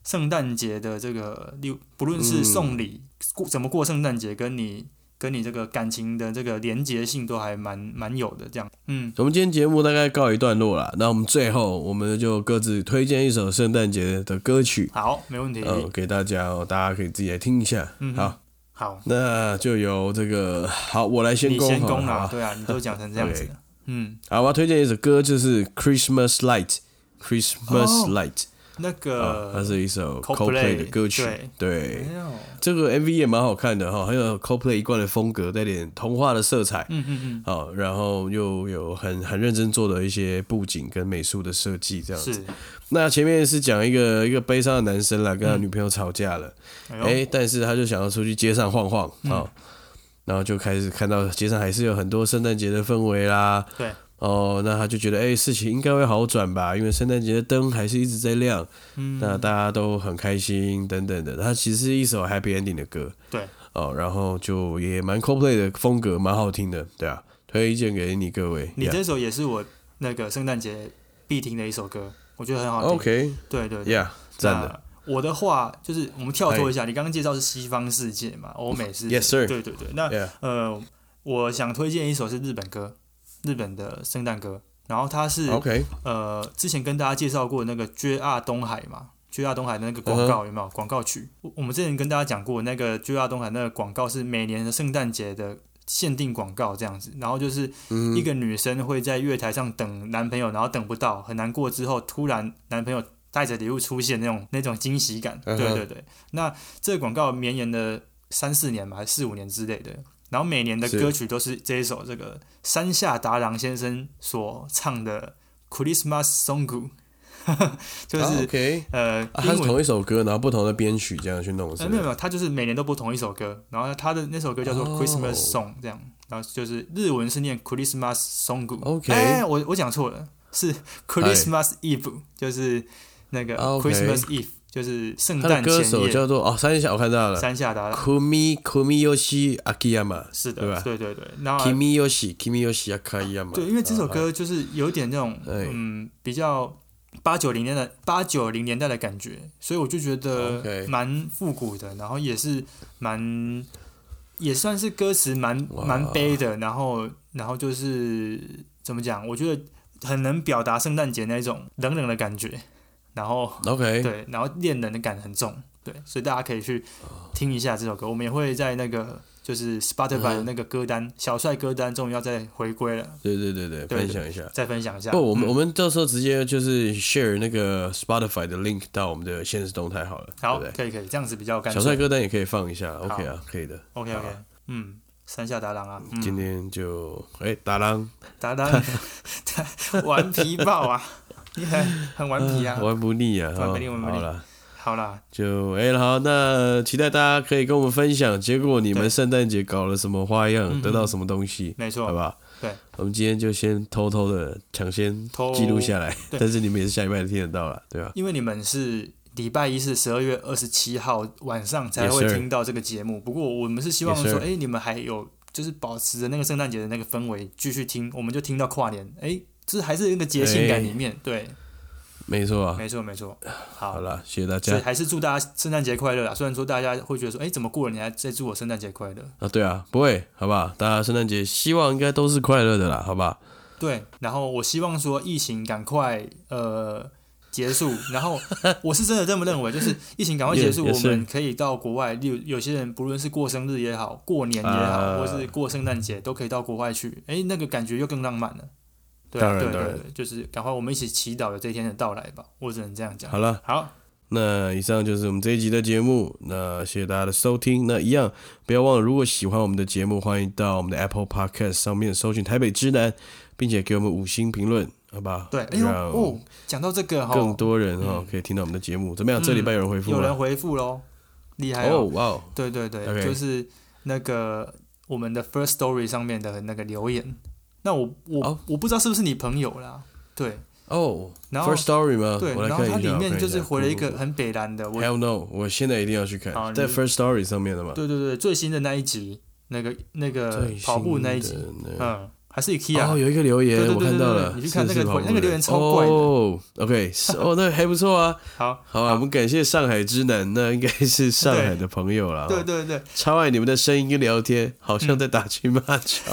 Speaker 2: 圣诞节的这个，例如不论
Speaker 1: 嗯
Speaker 2: 是送礼、过怎么过圣诞节，跟你跟你这个感情的这个连结性都还蛮蛮有的这样。嗯，
Speaker 1: 我们今天节目大概告一段落了，那我们最后我们就各自推荐一首圣诞节的歌曲，
Speaker 2: 好，没问题。
Speaker 1: 呃，给大家哦，大家可以自己来听一下。
Speaker 2: 嗯嗯哼
Speaker 1: 好，
Speaker 2: 好，
Speaker 1: 那就由这个好，我来先
Speaker 2: 你
Speaker 1: 攻
Speaker 2: 先
Speaker 1: 好了
Speaker 2: 攻啦，
Speaker 1: 好吧
Speaker 2: 对啊，你都讲成这样子
Speaker 1: OK
Speaker 2: 了。嗯，
Speaker 1: 好，我要推荐一首歌，就是《Christmas Light》，《Christmas
Speaker 2: 哦
Speaker 1: Light、
Speaker 2: 那
Speaker 1: 啊，它
Speaker 2: 个，嗯
Speaker 1: 是一首
Speaker 2: Coldplay，
Speaker 1: Coldplay 的歌曲，
Speaker 2: 对
Speaker 1: 对
Speaker 2: 没有，
Speaker 1: 这个 MV 也蛮好看的哈，很有 Coldplay 一贯的风格，带点童话的色彩。
Speaker 2: 嗯嗯嗯，
Speaker 1: 好，然后又有很很认真做的一些布景跟美术的设计，这样子。
Speaker 2: 嗯是，
Speaker 1: 那前面是讲一个一个悲伤的男生啦，跟
Speaker 2: 嗯
Speaker 1: 他女朋友吵架了，
Speaker 2: 哎
Speaker 1: 哎、
Speaker 2: 呦，嗯
Speaker 1: 但是他就想要出去街上晃晃啊、哦然后就开始看到街上还是有很多圣诞节的氛围啦，
Speaker 2: 对，
Speaker 1: 哦，那他就觉得哎、事情应该会好转吧，因为圣诞节的灯还是一直在亮，
Speaker 2: 嗯，
Speaker 1: 那大家都很开心等等的。它其实是一首 happy ending 的歌，
Speaker 2: 对，
Speaker 1: 哦，然后就也蛮 Coldplay 的风格，蛮好听的，对啊，推荐给你各位。
Speaker 2: 你
Speaker 1: yeah
Speaker 2: 这首也是我那个圣诞节必听的一首歌，我觉得很好听。
Speaker 1: OK，Yeah，
Speaker 2: 对对对。
Speaker 1: 赞的。
Speaker 2: 那我的话就是，我们跳脱一下，你刚刚介绍是西方世界嘛，欧美世界。
Speaker 1: Yes, sir
Speaker 2: 对对对，那
Speaker 1: Yeah，
Speaker 2: 呃，我想推荐一首是日本歌，日本的圣诞歌，然后它是
Speaker 1: OK，
Speaker 2: 呃之前跟大家介绍过那个 JR 东海嘛。JR 东海的那个
Speaker 1: 嗯
Speaker 2: 广告有没有广告曲？我我们之前跟大家讲过，那个 JR 东海那个广告是每年的圣诞节的限定广告这样子，然后就是
Speaker 1: 嗯
Speaker 2: 一个女生会在月台上等男朋友，然后等不到，很难过之后，突然男朋友带着礼物出现那种那种惊喜感。
Speaker 1: 嗯哼
Speaker 2: 对对对，那这个广告绵延了三四年嘛，还是四五年之类的。然后每年的
Speaker 1: 是
Speaker 2: 歌曲都是这一首这个山下达郎先生所唱的《Christmas Song》，就
Speaker 1: 啊
Speaker 2: 是、
Speaker 1: OK，
Speaker 2: 呃
Speaker 1: 啊它
Speaker 2: 英
Speaker 1: 是
Speaker 2: 文。
Speaker 1: 同一首歌，然后不同的编曲这样去弄，是
Speaker 2: 呃，
Speaker 1: 不
Speaker 2: 没有
Speaker 1: 是
Speaker 2: 没有，他就是每年都播同一首歌，然后他的那首歌叫做
Speaker 1: 哦
Speaker 2: 《Christmas Song》这样，然后就是日文是念 Christmas Song。
Speaker 1: 哦 OK
Speaker 2: 哎，我我讲错了，是 Christmas Eve，就是那个
Speaker 1: 啊，OK
Speaker 2: Christmas Eve，就是圣
Speaker 1: 它的
Speaker 2: 诞
Speaker 1: 歌
Speaker 2: 嗯前
Speaker 1: 手
Speaker 2: 夜。
Speaker 1: 叫做哦，山下我看到了
Speaker 2: 山下达郎，
Speaker 1: ，Kumi Kumiyoshi Akiyama，
Speaker 2: 是的，
Speaker 1: 对吧
Speaker 2: 对对对，然后
Speaker 1: ？Kimiyoshi Kimiyoshi Akiyama，
Speaker 2: 哦对，因为这首歌就是有点那种
Speaker 1: 哎
Speaker 2: 嗯比较八九零年代八九零年代的感觉，所以我就觉
Speaker 1: OK
Speaker 2: 得蛮复古的，然后也是蛮也算是歌词蛮
Speaker 1: 哇
Speaker 2: 蛮悲的，然后然后就是怎么讲，我觉得很能表达圣诞节那种冷冷的感觉，然后
Speaker 1: 哦 OK，
Speaker 2: 对，然后恋人的感很重，对，所以大家可以去
Speaker 1: 哦
Speaker 2: 听一下这首歌。我们也会在那个就是
Speaker 1: 嗯
Speaker 2: Spotify 的那个歌单，小帅歌单终于要再回归了，
Speaker 1: 对对对对，
Speaker 2: 对
Speaker 1: 分享一下。
Speaker 2: 再分享一下。
Speaker 1: 不，我们
Speaker 2: 嗯
Speaker 1: 我们到时候直接就是 share 那个 Spotify 的 link 到我们的现实动态好了，
Speaker 2: 好，
Speaker 1: 对不
Speaker 2: 可以可以，这样子比较
Speaker 1: 对？
Speaker 2: 干
Speaker 1: 小帅
Speaker 2: 脆。
Speaker 1: 歌单也可以放一下
Speaker 2: 好
Speaker 1: ，OK 啊，可以的。
Speaker 2: OK OK，嗯，山下达郎啊，嗯，
Speaker 1: 今天就哎达郎，
Speaker 2: 达郎 顽皮豹啊，你很很顽皮啊。
Speaker 1: 玩不腻啊，
Speaker 2: 玩不腻
Speaker 1: 哦
Speaker 2: 玩不腻
Speaker 1: 好了。
Speaker 2: 好啦，
Speaker 1: 就哎、好，那期待大家可以跟我们分享，结果你们
Speaker 2: 对
Speaker 1: 圣诞节搞了什么花样，
Speaker 2: 嗯
Speaker 1: 得到什么东西，
Speaker 2: 没
Speaker 1: 好
Speaker 2: 错，
Speaker 1: 吧？
Speaker 2: 对，
Speaker 1: 我们今天就先偷偷的抢先
Speaker 2: 偷
Speaker 1: 记录下来，
Speaker 2: 对
Speaker 1: 但是你们也是下礼拜听得到了，对吧？
Speaker 2: 因为你们是。礼拜一是十二月二十七号晚上才
Speaker 1: Yes,
Speaker 2: 会
Speaker 1: sir.
Speaker 2: 听到这个节目，不过我们是希望
Speaker 1: Yes,
Speaker 2: 说，
Speaker 1: sir.
Speaker 2: 哎、你们还有就是保持着那个圣诞节的那个氛围继续听，我们就听到跨年，哎、这还是那个节庆感里面，对，
Speaker 1: 没错啊，
Speaker 2: 没错没错，
Speaker 1: 好
Speaker 2: 好，
Speaker 1: 了，谢谢大
Speaker 2: 所以
Speaker 1: 家
Speaker 2: 还是祝大家圣诞节快乐啦。虽然说大家会觉得说，哎、怎么过了你还在祝我圣诞节快乐？
Speaker 1: 啊，对啊，不会，好吧？大家圣诞节希望应该都是快乐的啦，好吧？
Speaker 2: 对，然后我希望说疫情赶快呃结束，然后我是真的这么认为，就是疫情赶快结
Speaker 1: Yeah,
Speaker 2: 束，
Speaker 1: 也
Speaker 2: 我
Speaker 1: 是
Speaker 2: 们可以到国外，例如有些人不论是过生日也好，过年也好，
Speaker 1: 啊
Speaker 2: 或是过圣诞节，都可以到国外去，哎，那个感觉又更浪漫了。对
Speaker 1: 当
Speaker 2: 啊
Speaker 1: 然
Speaker 2: 对
Speaker 1: 当
Speaker 2: 对
Speaker 1: 然
Speaker 2: 对，就是赶快我们一起祈祷有这一天的到来吧，我只能这样讲。
Speaker 1: 好了，
Speaker 2: 好，
Speaker 1: 那以上就是我们这一集的节目，那谢谢大家的收听。那一样不要忘了，如果喜欢我们的节目，欢迎到我们的 Apple Podcast 上面搜寻“台北之南”，并且给我们五星评论，好吧？
Speaker 2: 对，哎呦
Speaker 1: 让
Speaker 2: 哦，讲到这个哈、
Speaker 1: 更多人哦可以听到我们的节目。怎么样？这礼拜有人回复
Speaker 2: 嗯有人
Speaker 1: 吗？
Speaker 2: 回复喽，厉害
Speaker 1: 哦，哇哦，
Speaker 2: 对对对
Speaker 1: OK
Speaker 2: 就是那个我们的 First Story 上面的那个留言。那我我、
Speaker 1: 哦
Speaker 2: 我不知道是不是你朋友啦，对
Speaker 1: 哦
Speaker 2: 然后
Speaker 1: ，First Story 吗？
Speaker 2: 对，
Speaker 1: 我来
Speaker 2: 然后
Speaker 1: 看一下。
Speaker 2: 它里
Speaker 1: 我看
Speaker 2: 面
Speaker 1: 一
Speaker 2: 就是
Speaker 1: 下
Speaker 2: 回了一
Speaker 1: 酷
Speaker 2: 个
Speaker 1: 酷
Speaker 2: 很北蓝的，
Speaker 1: 酷
Speaker 2: 我
Speaker 1: Hell no！我现在一定要去看
Speaker 2: 好，你
Speaker 1: 在 First Story 上面的嘛。
Speaker 2: 对对对，最新的那一集，那个那个
Speaker 1: 最
Speaker 2: 跑步那一
Speaker 1: 新
Speaker 2: 集
Speaker 1: 的，那哦
Speaker 2: 嗯，还是 IKEA，、
Speaker 1: 哦，有一个留言
Speaker 2: 对对
Speaker 1: 我
Speaker 2: 对
Speaker 1: 看
Speaker 2: 对
Speaker 1: 到
Speaker 2: 对
Speaker 1: 了，
Speaker 2: 你去看那个
Speaker 1: 是是跑
Speaker 2: 那
Speaker 1: 步
Speaker 2: 个留言超怪的
Speaker 1: 哦，OK，是哦，那还不错啊。
Speaker 2: 好，
Speaker 1: 好啊，我们感谢上海之南，那应该是上海的朋友了。
Speaker 2: 对，嗯对对
Speaker 1: 超爱你们的声音跟聊天，好像在打情骂 俏。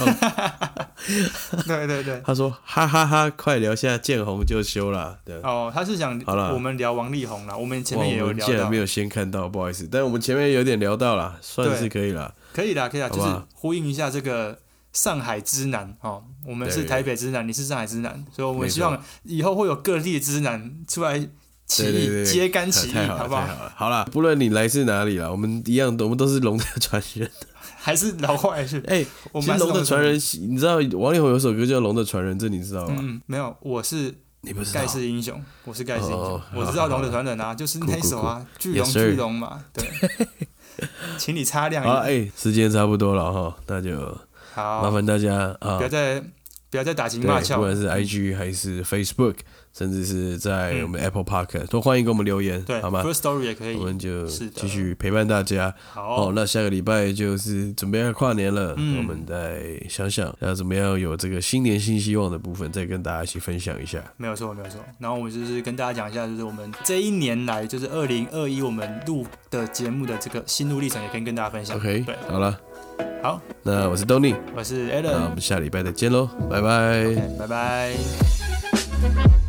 Speaker 2: 对对对，
Speaker 1: 他说：“哈哈哈，快聊下见红就休啦。”对，
Speaker 2: 哦，他是想
Speaker 1: 好啦
Speaker 2: 我们聊王力宏啦，我们前
Speaker 1: 哇
Speaker 2: 面也
Speaker 1: 我
Speaker 2: 有
Speaker 1: 们
Speaker 2: 聊
Speaker 1: 竟然
Speaker 2: 到
Speaker 1: 没，有先看到，不好意思，但我们前面有点聊到啦，算
Speaker 2: 对
Speaker 1: 是可以啦。
Speaker 2: 可以啦，可以啦，
Speaker 1: 好不
Speaker 2: 就
Speaker 1: 好
Speaker 2: 是呼应一下这个上海之南哦，我们是
Speaker 1: 对
Speaker 2: 台北之南，你是上海之南，所以我
Speaker 1: 没
Speaker 2: 们
Speaker 1: 错
Speaker 2: 希望以后会有各地之南出来起
Speaker 1: 对对对，
Speaker 2: 义，揭竿
Speaker 1: 啊
Speaker 2: 起义，
Speaker 1: 太好
Speaker 2: 好
Speaker 1: 了，
Speaker 2: 不
Speaker 1: 太
Speaker 2: 好？
Speaker 1: 好了。好啦，不论你来自哪里啦，我们一样，我们都 是龙的传 人。
Speaker 2: 还是老话还是
Speaker 1: 哎，
Speaker 2: 我
Speaker 1: 其
Speaker 2: 们
Speaker 1: 实
Speaker 2: 还
Speaker 1: 《龙
Speaker 2: 是
Speaker 1: 的传人》，你知道王力宏有首歌叫《龙的传人》，这你知道吗？
Speaker 2: 嗯，嗯，没有，我是
Speaker 1: 你不知道
Speaker 2: 盖？世英雄，我是盖世英雄
Speaker 1: 哦，
Speaker 2: 我知
Speaker 1: 好
Speaker 2: 道
Speaker 1: 好
Speaker 2: 龙的传人啊，就是那一首啊，巨龙
Speaker 1: Yes, sir
Speaker 2: 巨龙嘛， 对，请你擦亮
Speaker 1: 好，
Speaker 2: 一点，
Speaker 1: 哎，时间差不多了哈，那就麻
Speaker 2: 好，
Speaker 1: 烦大家啊
Speaker 2: 不要，再不要再打情
Speaker 1: 对，
Speaker 2: 骂俏
Speaker 1: 不，管是 IG 还是 Facebook，甚至是在我们 Apple Park，都欢迎给我们留言
Speaker 2: 嗯对，
Speaker 1: 好吗？
Speaker 2: ，First Story 也可以
Speaker 1: 我，们就是
Speaker 2: 的
Speaker 1: 继续陪伴大家
Speaker 2: 好
Speaker 1: 哦。，那下个礼拜就是准备要跨年了，
Speaker 2: 嗯
Speaker 1: 我们再想想要怎么样有这个新年新希望的部分，再跟大家一起分享一下。
Speaker 2: 没有错，没有错。然后我就是跟大家讲一下，就是我们这一年来，就是二零二一我们录的节目的这个心路历程，也可以跟大家分享。
Speaker 1: OK，
Speaker 2: 对，
Speaker 1: 好了，
Speaker 2: 好，
Speaker 1: 那我是 Tony，
Speaker 2: 我是
Speaker 1: 那我
Speaker 2: Alan，
Speaker 1: 们下礼拜再见喽，拜拜。
Speaker 2: 拜拜。